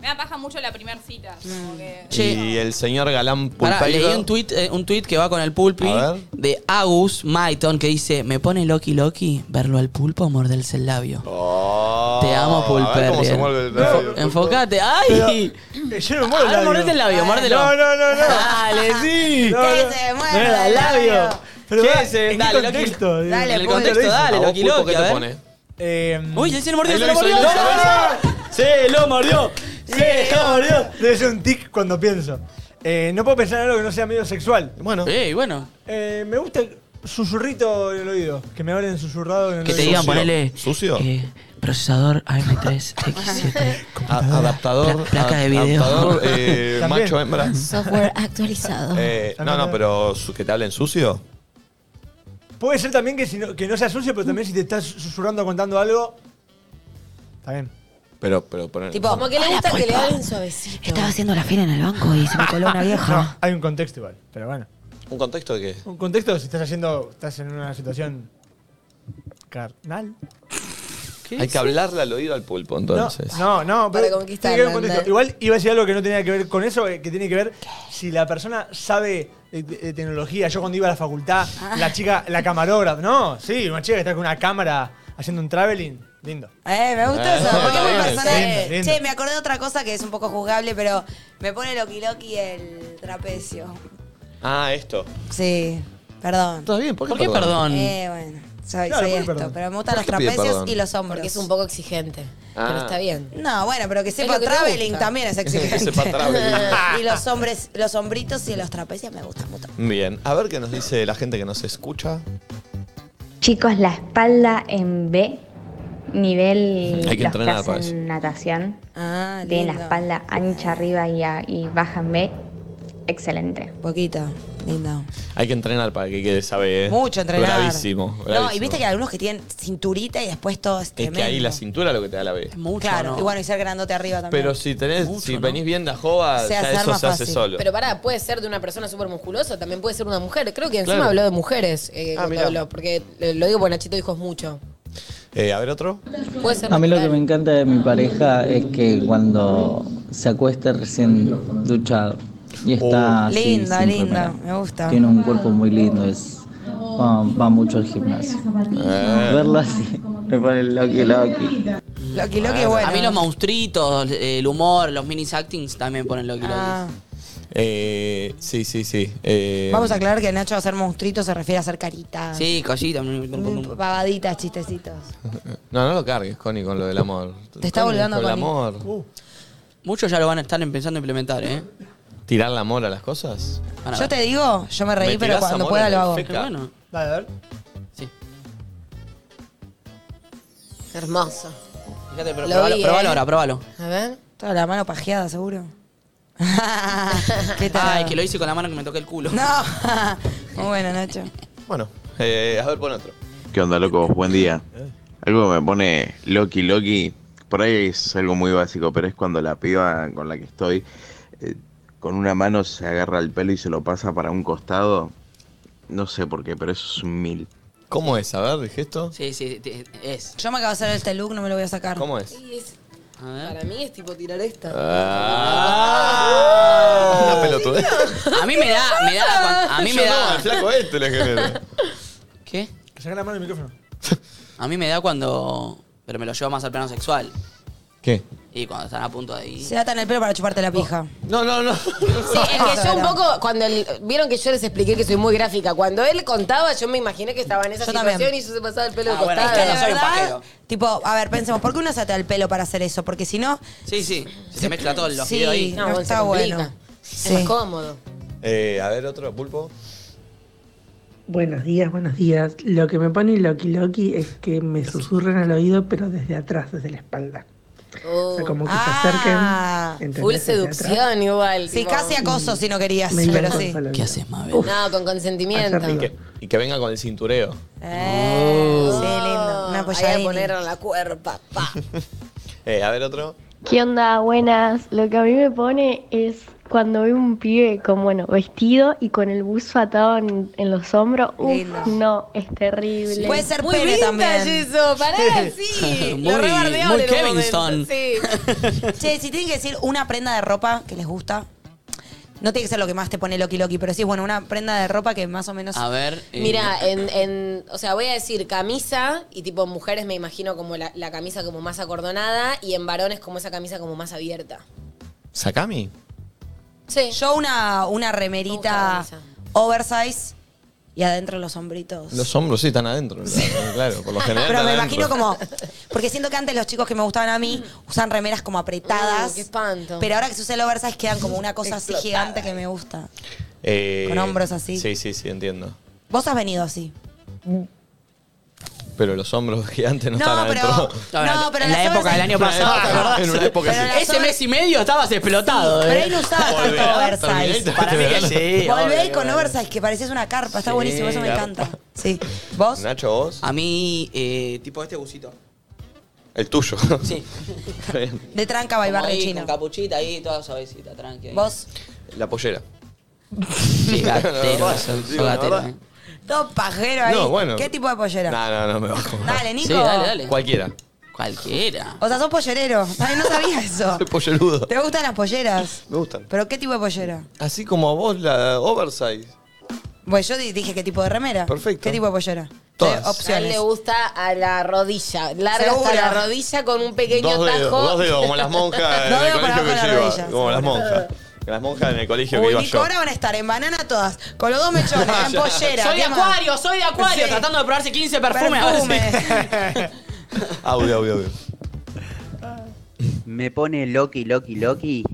[SPEAKER 7] Me da paja mucho la primera cita.
[SPEAKER 3] Mm.
[SPEAKER 7] Como que.
[SPEAKER 2] Che.
[SPEAKER 1] Y el señor Galán
[SPEAKER 2] Pará, leí
[SPEAKER 1] Pulpeiro.
[SPEAKER 2] un tweet, eh, un tweet que va con el pulpi
[SPEAKER 1] A ver.
[SPEAKER 2] de Agus Maiton que dice: Me pone Loki Loki, verlo al pulpo morderse el labio.
[SPEAKER 1] Oh,
[SPEAKER 2] Te amo,
[SPEAKER 1] a ver cómo se
[SPEAKER 2] Pulperio.
[SPEAKER 1] mueve el
[SPEAKER 2] Enfo-
[SPEAKER 1] labio.
[SPEAKER 2] Enfocate, ¡ay!
[SPEAKER 6] eh, Yo no muero.
[SPEAKER 2] A ver, Ah, mordete el labio, mórdelo.
[SPEAKER 6] No, no, no, no.
[SPEAKER 2] Dale, sí.
[SPEAKER 6] No, no.
[SPEAKER 3] Que se mueva
[SPEAKER 6] No,
[SPEAKER 3] el labio.
[SPEAKER 6] Pero
[SPEAKER 2] ¿Qué
[SPEAKER 6] va,
[SPEAKER 2] es, eh?
[SPEAKER 6] ¿en
[SPEAKER 2] Dale,
[SPEAKER 6] qué
[SPEAKER 2] Loki.
[SPEAKER 6] contexto? pues,
[SPEAKER 3] Dale,
[SPEAKER 2] En el
[SPEAKER 3] Pulpo.
[SPEAKER 2] contexto,
[SPEAKER 1] ¿A
[SPEAKER 2] dale,
[SPEAKER 1] vos,
[SPEAKER 2] Loki
[SPEAKER 1] Pulpo,
[SPEAKER 2] Loki,
[SPEAKER 1] ¿qué
[SPEAKER 2] a
[SPEAKER 1] te
[SPEAKER 2] ver.
[SPEAKER 1] pone?
[SPEAKER 6] Eh,
[SPEAKER 2] Uy, se le mordió,
[SPEAKER 1] Ahí
[SPEAKER 2] se
[SPEAKER 1] lo
[SPEAKER 2] lo
[SPEAKER 1] hizo, ahí
[SPEAKER 2] mordió.
[SPEAKER 1] lo hizo, ahí
[SPEAKER 2] Se lo mordió.
[SPEAKER 6] Sí, no, boludo. Debe ser un tic cuando pienso. Eh, no puedo pensar en algo que no sea medio sexual.
[SPEAKER 1] Bueno,
[SPEAKER 2] Ey, bueno.
[SPEAKER 6] Eh, me gusta el susurrito en el oído. Que me hablen susurrado en el
[SPEAKER 2] Que te
[SPEAKER 6] oído.
[SPEAKER 2] digan,
[SPEAKER 1] Sucio.
[SPEAKER 2] ponele.
[SPEAKER 1] Sucio.
[SPEAKER 2] eh, procesador AM3X7.
[SPEAKER 1] a- adaptador.
[SPEAKER 2] Pla- placa de video.
[SPEAKER 1] Adaptador, eh,
[SPEAKER 6] También.
[SPEAKER 1] macho, hembra.
[SPEAKER 5] Software actualizado.
[SPEAKER 1] Eh, no, no, pero su- que te hablen sucio.
[SPEAKER 6] Puede ser también que, si no, que no sea sucio, pero también si te estás susurrando contando algo. Está bien.
[SPEAKER 1] Pero, pero, pero-
[SPEAKER 4] Tipo, como que le gusta que le hablen suavecito.
[SPEAKER 5] Estaba haciendo la fila en el banco y se me coló una
[SPEAKER 6] No,
[SPEAKER 2] Ah.
[SPEAKER 5] vieja.
[SPEAKER 6] hay un contexto igual, pero bueno.
[SPEAKER 1] ¿Un contexto de qué?
[SPEAKER 6] Un contexto si estás haciendo. estás en una situación carnal.
[SPEAKER 1] Hay que hablarle al oído al pulpo, entonces.
[SPEAKER 6] No, no, no,
[SPEAKER 4] Para
[SPEAKER 6] pero tiene que haber
[SPEAKER 4] conquistarlo,
[SPEAKER 6] un contexto.
[SPEAKER 4] ¿entendés?
[SPEAKER 6] Igual iba a decir algo que no tenía que ver con eso, eh, que tiene que ver si la persona sabe de, de tecnología. Yo cuando iba a la facultad, la chica, la camarógrafa, no, sí, una chica que está con una cámara haciendo un traveling, lindo.
[SPEAKER 3] Eh, me gusta eso.
[SPEAKER 1] Ah,
[SPEAKER 3] Porque es muy
[SPEAKER 1] bien,
[SPEAKER 3] personal.
[SPEAKER 6] lindo, lindo.
[SPEAKER 3] Che, me acordé de otra cosa que es un poco juzgable, pero me pone Loki Loki el trapecio.
[SPEAKER 1] Ah, esto.
[SPEAKER 3] Sí, perdón.
[SPEAKER 1] Está bien, ¿por qué,
[SPEAKER 2] ¿Por qué
[SPEAKER 1] Mm.
[SPEAKER 2] perdón?
[SPEAKER 3] Eh, bueno, soy,
[SPEAKER 6] Claro,
[SPEAKER 3] soy
[SPEAKER 6] muy
[SPEAKER 3] esto,
[SPEAKER 6] perdón.
[SPEAKER 3] pero me gustan
[SPEAKER 1] ¿Por
[SPEAKER 3] los
[SPEAKER 1] qué pide
[SPEAKER 3] trapecios
[SPEAKER 1] perdón?
[SPEAKER 3] y los hombros.
[SPEAKER 4] Porque es un poco exigente. Pero
[SPEAKER 1] Ah.
[SPEAKER 4] está bien.
[SPEAKER 3] No, bueno, pero que sepa
[SPEAKER 4] lo que te
[SPEAKER 3] traveling
[SPEAKER 4] gusta.
[SPEAKER 3] también es exigente.
[SPEAKER 1] sepa traveling.
[SPEAKER 3] y los hombres, los hombritos y los trapecios me gustan mucho.
[SPEAKER 1] Bien, a ver qué nos dice la gente que nos escucha.
[SPEAKER 9] Chicos, la espalda en B, nivel
[SPEAKER 1] Hay que
[SPEAKER 9] los
[SPEAKER 1] entrenar para
[SPEAKER 9] hacen natación.
[SPEAKER 3] Ah,
[SPEAKER 9] Tienen
[SPEAKER 3] lindo.
[SPEAKER 9] la espalda ancha arriba y, a- y baja en B. Excelente.
[SPEAKER 3] Poquito, lindo.
[SPEAKER 1] Hay que entrenar para que quede, sabe. ¿eh?
[SPEAKER 3] Mucho entrenar.
[SPEAKER 1] Bravísimo,
[SPEAKER 3] No, y
[SPEAKER 1] bravísimo.
[SPEAKER 3] viste que hay algunos que tienen cinturita y después todo es
[SPEAKER 1] Es
[SPEAKER 3] tremendo.
[SPEAKER 1] que ahí la cintura es lo que te da la B.
[SPEAKER 2] Es mucho.
[SPEAKER 3] Claro,
[SPEAKER 2] ¿no?
[SPEAKER 3] y bueno, y ser grandote arriba también.
[SPEAKER 1] Pero si tenés,
[SPEAKER 2] Mucho,
[SPEAKER 1] si
[SPEAKER 2] ¿no?
[SPEAKER 1] venís bien de joa,
[SPEAKER 3] Se
[SPEAKER 1] ya
[SPEAKER 3] hace
[SPEAKER 1] eso
[SPEAKER 3] más
[SPEAKER 1] se hace
[SPEAKER 3] fácil.
[SPEAKER 1] solo.
[SPEAKER 4] Pero pará, puede ser de una persona súper musculosa, también puede ser una mujer. Creo que encima
[SPEAKER 1] Claro.
[SPEAKER 4] habló de mujeres. eh,
[SPEAKER 1] Ah,
[SPEAKER 4] cuando
[SPEAKER 1] mirá.
[SPEAKER 4] habló, porque eh, lo digo porque Nachito dijo es mucho.
[SPEAKER 1] Eh, a ver otro.
[SPEAKER 4] Puede ser.
[SPEAKER 10] A mí lo que
[SPEAKER 4] natural.
[SPEAKER 10] me encanta de mi pareja es que cuando se acuesta recién duchado y
[SPEAKER 1] Uh,
[SPEAKER 5] Oh.
[SPEAKER 10] está así,
[SPEAKER 3] Linda,
[SPEAKER 10] sin
[SPEAKER 3] linda,
[SPEAKER 10] remera.
[SPEAKER 3] me gusta.
[SPEAKER 10] Tiene un cuerpo muy lindo, es va, va mucho al gimnasio.
[SPEAKER 5] Eh.
[SPEAKER 10] Verlo así me pone loqui loqui.
[SPEAKER 3] Loki Loki es bueno.
[SPEAKER 2] A mí los monstruitos, el humor, los minis actings también ponen Loki Loki.
[SPEAKER 3] Ah,
[SPEAKER 1] Eh, sí, sí, sí. Eh,
[SPEAKER 3] Vamos a aclarar que Nacho hacer monstruito se refiere a hacer caritas.
[SPEAKER 2] Sí, cosita.
[SPEAKER 3] Mm, Pavaditas, chistecitos.
[SPEAKER 1] No, no lo cargues, Connie, con lo del amor.
[SPEAKER 3] Te está
[SPEAKER 1] Connie,
[SPEAKER 3] volviendo,
[SPEAKER 1] Con el
[SPEAKER 3] Connie.
[SPEAKER 1] amor.
[SPEAKER 2] Muchos ya lo van a estar empezando a implementar, ¿eh?
[SPEAKER 1] ¿Tirar el amor a las cosas?
[SPEAKER 2] Van a
[SPEAKER 3] Yo
[SPEAKER 2] ver.
[SPEAKER 3] te digo, yo me reí,
[SPEAKER 1] ¿Me
[SPEAKER 3] pero
[SPEAKER 1] tirás
[SPEAKER 3] cuando
[SPEAKER 1] amor
[SPEAKER 3] pueda
[SPEAKER 1] en
[SPEAKER 3] lo
[SPEAKER 1] el
[SPEAKER 3] hago.
[SPEAKER 1] feca?
[SPEAKER 2] Pero bueno,
[SPEAKER 6] Dale, a ver.
[SPEAKER 2] sí.
[SPEAKER 4] Hermoso.
[SPEAKER 2] Fíjate, pero
[SPEAKER 4] Lo
[SPEAKER 2] probalo,
[SPEAKER 4] vi,
[SPEAKER 2] probalo
[SPEAKER 4] ¿eh?
[SPEAKER 2] ahora, probalo.
[SPEAKER 4] A ver.
[SPEAKER 3] Toda la mano pajeada, seguro. ¿Qué tal?
[SPEAKER 2] Ay, que lo hice con la mano que me toqué el culo.
[SPEAKER 3] No. Muy bueno, Nacho.
[SPEAKER 1] Bueno, eh, a ver, pon otro.
[SPEAKER 11] ¿Qué onda, loco? Buen día. Algo que me pone Loki Loki, por ahí es algo muy básico, pero es cuando la piba con la que estoy, eh, con una mano se agarra el pelo y se lo pasa para un costado. No sé por qué, pero eso es un mil.
[SPEAKER 1] ¿Cómo es? A ver, el gesto.
[SPEAKER 2] Sí, sí, te- es.
[SPEAKER 3] Yo me acabo de hacer este look, no me lo voy a sacar.
[SPEAKER 1] ¿Cómo es?
[SPEAKER 2] A ver.
[SPEAKER 4] Para mí es tipo tirar esta.
[SPEAKER 1] Ah, una pelotudez.
[SPEAKER 2] A mí me da, me da, cuan- a mí
[SPEAKER 1] Yo
[SPEAKER 2] me
[SPEAKER 1] no, al
[SPEAKER 2] da.
[SPEAKER 1] flaco este le genera.
[SPEAKER 2] ¿Qué?
[SPEAKER 6] Saca la mano del micrófono.
[SPEAKER 2] A mí me da cuando, pero me lo llevo más al plano sexual.
[SPEAKER 1] ¿Qué?
[SPEAKER 2] Y cuando están a punto de ir.
[SPEAKER 3] Se atan el pelo para chuparte la pija.
[SPEAKER 1] No, no, no.
[SPEAKER 4] Sí, es que yo un poco, cuando el- vieron que yo les expliqué que soy muy gráfica, cuando él contaba yo me imaginé que estaba en esa
[SPEAKER 3] Yo
[SPEAKER 4] situación
[SPEAKER 3] también.
[SPEAKER 4] y yo se pasaba el pelo de
[SPEAKER 2] Ah, bueno,
[SPEAKER 4] costado.
[SPEAKER 2] es que
[SPEAKER 3] La
[SPEAKER 2] no soy un
[SPEAKER 3] verdad,
[SPEAKER 2] pajero.
[SPEAKER 3] Tipo, a ver, pensemos, ¿por qué uno se ata el pelo para hacer eso? Porque si no,
[SPEAKER 2] Sí, sí. Se te mezcla todo los
[SPEAKER 3] Sí.
[SPEAKER 2] videos ahí.
[SPEAKER 4] No,
[SPEAKER 3] No
[SPEAKER 4] se
[SPEAKER 3] está
[SPEAKER 4] complica.
[SPEAKER 3] bueno.
[SPEAKER 4] Es más
[SPEAKER 3] Sí.
[SPEAKER 4] cómodo.
[SPEAKER 1] Eh, a ver, otro, pulpo.
[SPEAKER 10] Buenos días, buenos días. Lo que me pone Loki Loki es que me susurran al oído, pero desde atrás, desde la espalda.
[SPEAKER 12] O sea, como que
[SPEAKER 4] Ah,
[SPEAKER 12] se acerquen.
[SPEAKER 4] Uh, Full
[SPEAKER 12] ¿entendés? Hacia atrás.
[SPEAKER 4] seducción igual.
[SPEAKER 3] Sí,
[SPEAKER 4] tipo-
[SPEAKER 3] casi acoso si no querías,
[SPEAKER 12] Me
[SPEAKER 3] pero
[SPEAKER 12] llaman
[SPEAKER 3] sí.
[SPEAKER 12] para la-
[SPEAKER 2] ¿Qué haces, Mabel?
[SPEAKER 4] No, con consentimiento.
[SPEAKER 1] Y que, y que venga con el cintureo.
[SPEAKER 3] Eh,
[SPEAKER 2] Oh.
[SPEAKER 3] Sí, lindo. Una
[SPEAKER 4] Uh, Ahí a
[SPEAKER 3] polladini.
[SPEAKER 4] poner en la cuerpa, pa.
[SPEAKER 1] Eh, a ver otro.
[SPEAKER 13] ¿Qué onda? Buenas. Lo que a mí me pone es cuando veo un pibe con, bueno, vestido y con el buzo atado en, en los hombros. Uf,
[SPEAKER 3] Lindo.
[SPEAKER 13] no, es terrible.
[SPEAKER 3] Puede ser
[SPEAKER 4] Muy
[SPEAKER 3] pene
[SPEAKER 4] vintage
[SPEAKER 3] también.
[SPEAKER 4] eso, pará,
[SPEAKER 2] sí.
[SPEAKER 4] Lo
[SPEAKER 2] Muy-
[SPEAKER 4] rebardeaban
[SPEAKER 2] muy
[SPEAKER 4] en un
[SPEAKER 2] Kevinston.
[SPEAKER 4] momento, sí.
[SPEAKER 3] Che, si tienen que decir una prenda de ropa que les gusta, no tiene que ser lo que más te pone Loki Loki, pero sí, bueno, una prenda de ropa que más o menos.
[SPEAKER 2] A ver. eh,
[SPEAKER 4] Mira, en, en- o sea, voy a decir camisa y tipo mujeres me imagino como la, la camisa como más acordonada y en varones como esa camisa como más abierta.
[SPEAKER 1] ¿Sakami?
[SPEAKER 4] Sí.
[SPEAKER 3] Yo una, una remerita
[SPEAKER 4] Me gusta la
[SPEAKER 3] oversize y adentro los sombritos.
[SPEAKER 1] Los hombros sí están adentro. Claro, por lo general.
[SPEAKER 3] Pero
[SPEAKER 1] están
[SPEAKER 3] me
[SPEAKER 1] adentro.
[SPEAKER 3] imagino como. Porque siento que antes los chicos que me gustaban a mí usan remeras como apretadas.
[SPEAKER 4] Mm, qué espanto.
[SPEAKER 3] Pero ahora que se usa el oversize quedan como una cosa así gigante que me gusta.
[SPEAKER 1] Eh,
[SPEAKER 3] con hombros así.
[SPEAKER 1] Sí, sí, sí, entiendo.
[SPEAKER 3] Vos has venido así.
[SPEAKER 1] Pero los hombros gigantes no,
[SPEAKER 3] No,
[SPEAKER 1] están
[SPEAKER 3] pero-
[SPEAKER 1] adentro.
[SPEAKER 2] no, no,
[SPEAKER 3] no, pero
[SPEAKER 2] en la
[SPEAKER 3] las
[SPEAKER 2] época
[SPEAKER 3] obras-
[SPEAKER 2] del año pasado, ¿te acordás?
[SPEAKER 1] en una época
[SPEAKER 3] Pero
[SPEAKER 1] sí.
[SPEAKER 3] las
[SPEAKER 2] Ese
[SPEAKER 3] obras-
[SPEAKER 2] mes y medio estabas explotado,
[SPEAKER 3] Pero
[SPEAKER 2] ¿eh?
[SPEAKER 3] ahí no usabas tanto
[SPEAKER 1] Volverá, terminé
[SPEAKER 3] oversize.
[SPEAKER 1] y te-
[SPEAKER 2] Para mí que
[SPEAKER 1] te-
[SPEAKER 2] sí.
[SPEAKER 3] Volvé
[SPEAKER 2] obvio,
[SPEAKER 3] con
[SPEAKER 2] obvio.
[SPEAKER 3] oversize, que pareces una carpa. Está
[SPEAKER 2] Sí,
[SPEAKER 3] buenísimo, eso me
[SPEAKER 1] carpa.
[SPEAKER 3] encanta. Sí. ¿Vos?
[SPEAKER 1] Nacho, vos.
[SPEAKER 2] A mí, eh, tipo este busito.
[SPEAKER 1] El tuyo.
[SPEAKER 2] Sí.
[SPEAKER 1] Está bien.
[SPEAKER 3] De tranca
[SPEAKER 2] Como
[SPEAKER 3] bailar de
[SPEAKER 2] ahí,
[SPEAKER 3] chino.
[SPEAKER 2] Con capuchita ahí, toda suavecita, tranqui. ahí.
[SPEAKER 3] ¿Vos?
[SPEAKER 1] La pollera.
[SPEAKER 2] Sí, gatero,
[SPEAKER 1] verdad,
[SPEAKER 2] sos-
[SPEAKER 1] digo,
[SPEAKER 2] sos
[SPEAKER 1] la
[SPEAKER 2] gatero,
[SPEAKER 1] verdad.
[SPEAKER 2] ¿eh?
[SPEAKER 3] Todo pajero ahí.
[SPEAKER 1] No, bueno.
[SPEAKER 3] ¿Qué tipo de pollera?
[SPEAKER 1] No, no, no me bajo.
[SPEAKER 3] Dale, Nico.
[SPEAKER 2] Sí, dale, dale.
[SPEAKER 1] Cualquiera.
[SPEAKER 2] Cualquiera.
[SPEAKER 3] O sea, sos pollerero. Ay, no sabía eso.
[SPEAKER 1] Soy pollerudo.
[SPEAKER 3] ¿Te gustan las polleras?
[SPEAKER 1] Me gustan.
[SPEAKER 3] ¿Pero qué tipo de pollera?
[SPEAKER 1] Así como a vos, la oversize.
[SPEAKER 3] Bueno, yo di- dije qué tipo de remera.
[SPEAKER 1] Perfecto.
[SPEAKER 3] ¿Qué tipo de pollera?
[SPEAKER 1] Todas.
[SPEAKER 3] Te-
[SPEAKER 4] A él
[SPEAKER 3] Opciones.
[SPEAKER 4] le gusta a la rodilla, larga
[SPEAKER 3] Seguro.
[SPEAKER 4] hasta la rodilla con un pequeño
[SPEAKER 1] Dos dedos,
[SPEAKER 4] tajo.
[SPEAKER 1] dos dedos, como las monjas en
[SPEAKER 3] Dos
[SPEAKER 1] el
[SPEAKER 3] dedos para
[SPEAKER 1] colegio que yo
[SPEAKER 3] abajo de la
[SPEAKER 1] iba.
[SPEAKER 3] rodilla,
[SPEAKER 1] Como las
[SPEAKER 3] seguro.
[SPEAKER 1] monjas. Las monjas en el colegio que
[SPEAKER 3] Uy,
[SPEAKER 1] iba
[SPEAKER 3] Nico,
[SPEAKER 1] yo.
[SPEAKER 3] ahora van a estar en banana todas, con los dos mechones, en pollera.
[SPEAKER 2] Soy de
[SPEAKER 3] ¿qué más?
[SPEAKER 2] acuario, soy de acuario.
[SPEAKER 3] Sí.
[SPEAKER 2] Tratando de probarse 15 perfumes.
[SPEAKER 3] Perfume.
[SPEAKER 1] Audio, audio, audio.
[SPEAKER 14] Me pone Loki, Loki, Loki.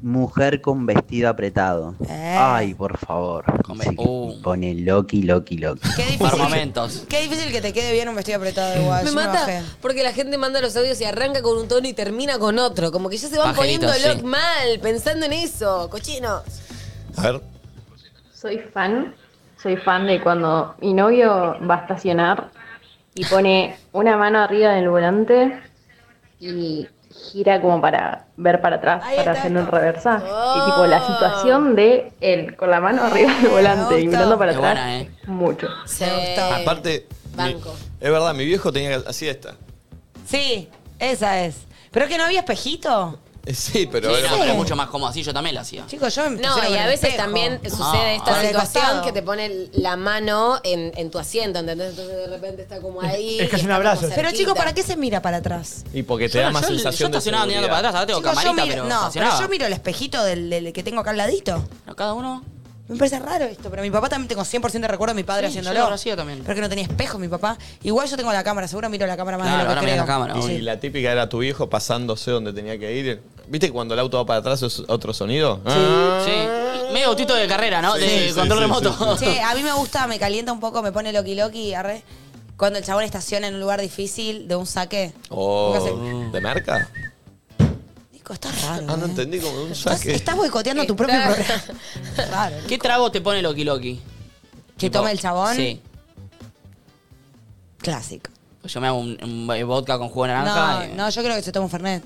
[SPEAKER 14] Mujer con vestido apretado.
[SPEAKER 3] Eh.
[SPEAKER 14] Ay, por favor. Sí,
[SPEAKER 2] Uh,
[SPEAKER 14] me pone Loki, Loki, Loki.
[SPEAKER 3] Qué difícil.
[SPEAKER 2] Armamentos.
[SPEAKER 3] Qué difícil que te quede bien un vestido apretado igual.
[SPEAKER 4] Me
[SPEAKER 3] yo
[SPEAKER 4] mata
[SPEAKER 3] bajé.
[SPEAKER 4] porque la gente manda los audios y arranca con un tono y termina con otro. Como que ya se van
[SPEAKER 2] Pajeritos,
[SPEAKER 4] poniendo
[SPEAKER 2] sí.
[SPEAKER 4] look mal, pensando en eso. Cochinos.
[SPEAKER 1] A ver.
[SPEAKER 3] Eh,
[SPEAKER 15] Soy fan, soy fan de cuando mi novio va a estacionar y pone una mano arriba del volante y gira como para ver para atrás,
[SPEAKER 4] Ahí
[SPEAKER 15] para
[SPEAKER 4] está.
[SPEAKER 15] hacer un reversaje.
[SPEAKER 4] Oh.
[SPEAKER 15] Y tipo la situación de él con la mano arriba del volante y
[SPEAKER 4] gusta.
[SPEAKER 15] mirando para
[SPEAKER 2] Qué
[SPEAKER 15] atrás,
[SPEAKER 2] buena, ¿eh?
[SPEAKER 15] mucho.
[SPEAKER 4] Sí.
[SPEAKER 1] Aparte. mi-
[SPEAKER 4] Banco.
[SPEAKER 1] es verdad, mi viejo tenía que. Así esta.
[SPEAKER 3] Sí, esa es. ¿Pero que no había espejito?
[SPEAKER 1] Eh, Sí, pero
[SPEAKER 2] Sí,
[SPEAKER 1] era
[SPEAKER 2] no,
[SPEAKER 1] más-
[SPEAKER 2] es mucho más cómodo así, yo también lo hacía.
[SPEAKER 3] Chicos, yo empecé
[SPEAKER 4] No,
[SPEAKER 3] con
[SPEAKER 4] y a
[SPEAKER 3] el
[SPEAKER 4] veces
[SPEAKER 3] espejo.
[SPEAKER 4] también
[SPEAKER 2] Ah.
[SPEAKER 4] sucede esta
[SPEAKER 3] Con el
[SPEAKER 4] situación
[SPEAKER 3] costado.
[SPEAKER 4] que te pone la mano en, en tu asiento, ¿entendés? Entonces de repente está como ahí.
[SPEAKER 6] es casi
[SPEAKER 4] y
[SPEAKER 6] un
[SPEAKER 4] está
[SPEAKER 6] abrazo.
[SPEAKER 4] como
[SPEAKER 3] Pero
[SPEAKER 4] cerquita.
[SPEAKER 3] chicos, ¿para qué se mira para atrás?
[SPEAKER 1] Y porque te
[SPEAKER 2] Yo
[SPEAKER 1] da
[SPEAKER 2] no,
[SPEAKER 1] más
[SPEAKER 2] yo-
[SPEAKER 1] sensación
[SPEAKER 2] Yo estacionaba
[SPEAKER 1] de.
[SPEAKER 2] mirando para atrás, ahora tengo
[SPEAKER 3] Chicos, yo
[SPEAKER 2] camarita,
[SPEAKER 3] miro-
[SPEAKER 2] pero
[SPEAKER 3] no, pero
[SPEAKER 2] estacionaba.
[SPEAKER 3] yo miro el espejito del, del que tengo acá al ladito.
[SPEAKER 2] No, cada uno.
[SPEAKER 3] Me parece raro esto, pero mi papá también tengo 100% de recuerdo de mi padre
[SPEAKER 2] Sí, yo
[SPEAKER 3] haciéndolo.
[SPEAKER 2] lo hacía también.
[SPEAKER 3] Pero que no tenía espejo mi papá. Igual yo tengo la cámara, seguro miro la cámara más
[SPEAKER 2] Claro,
[SPEAKER 3] de lo
[SPEAKER 2] ahora
[SPEAKER 3] que
[SPEAKER 2] mirás
[SPEAKER 3] creo.
[SPEAKER 2] la cámara,
[SPEAKER 3] Sí.
[SPEAKER 1] seguridad. Y la típica era tu viejo pasándose donde tenía que ir. ¿Viste que cuando el auto va para atrás es otro sonido? Ah.
[SPEAKER 2] Sí. Medio autito de carrera, ¿no?
[SPEAKER 1] Sí,
[SPEAKER 2] de
[SPEAKER 1] sí,
[SPEAKER 2] control
[SPEAKER 1] sí,
[SPEAKER 2] remoto.
[SPEAKER 3] Che, a mí me gusta, me calienta un poco, me pone loki loki, arre. Cuando el chabón estaciona en un lugar difícil de un saque.
[SPEAKER 1] Oh,
[SPEAKER 3] Porque hace-
[SPEAKER 1] ¿De marca?
[SPEAKER 3] Nico, está raro.
[SPEAKER 1] Ah, no
[SPEAKER 3] eh.
[SPEAKER 1] entendí como un
[SPEAKER 3] Estás,
[SPEAKER 1] saque.
[SPEAKER 3] estás boicoteando tu propio
[SPEAKER 4] Está-
[SPEAKER 3] programa. Raro.
[SPEAKER 2] ¿Qué trago te pone Loki Loki?
[SPEAKER 3] ¿Que
[SPEAKER 2] Tipo,
[SPEAKER 3] tome el chabón?
[SPEAKER 2] Sí.
[SPEAKER 3] Clásico.
[SPEAKER 2] Pues Yo me hago un, un vodka con jugo de naranja.
[SPEAKER 3] No,
[SPEAKER 2] y-
[SPEAKER 3] no, yo creo que se toma un Fernet.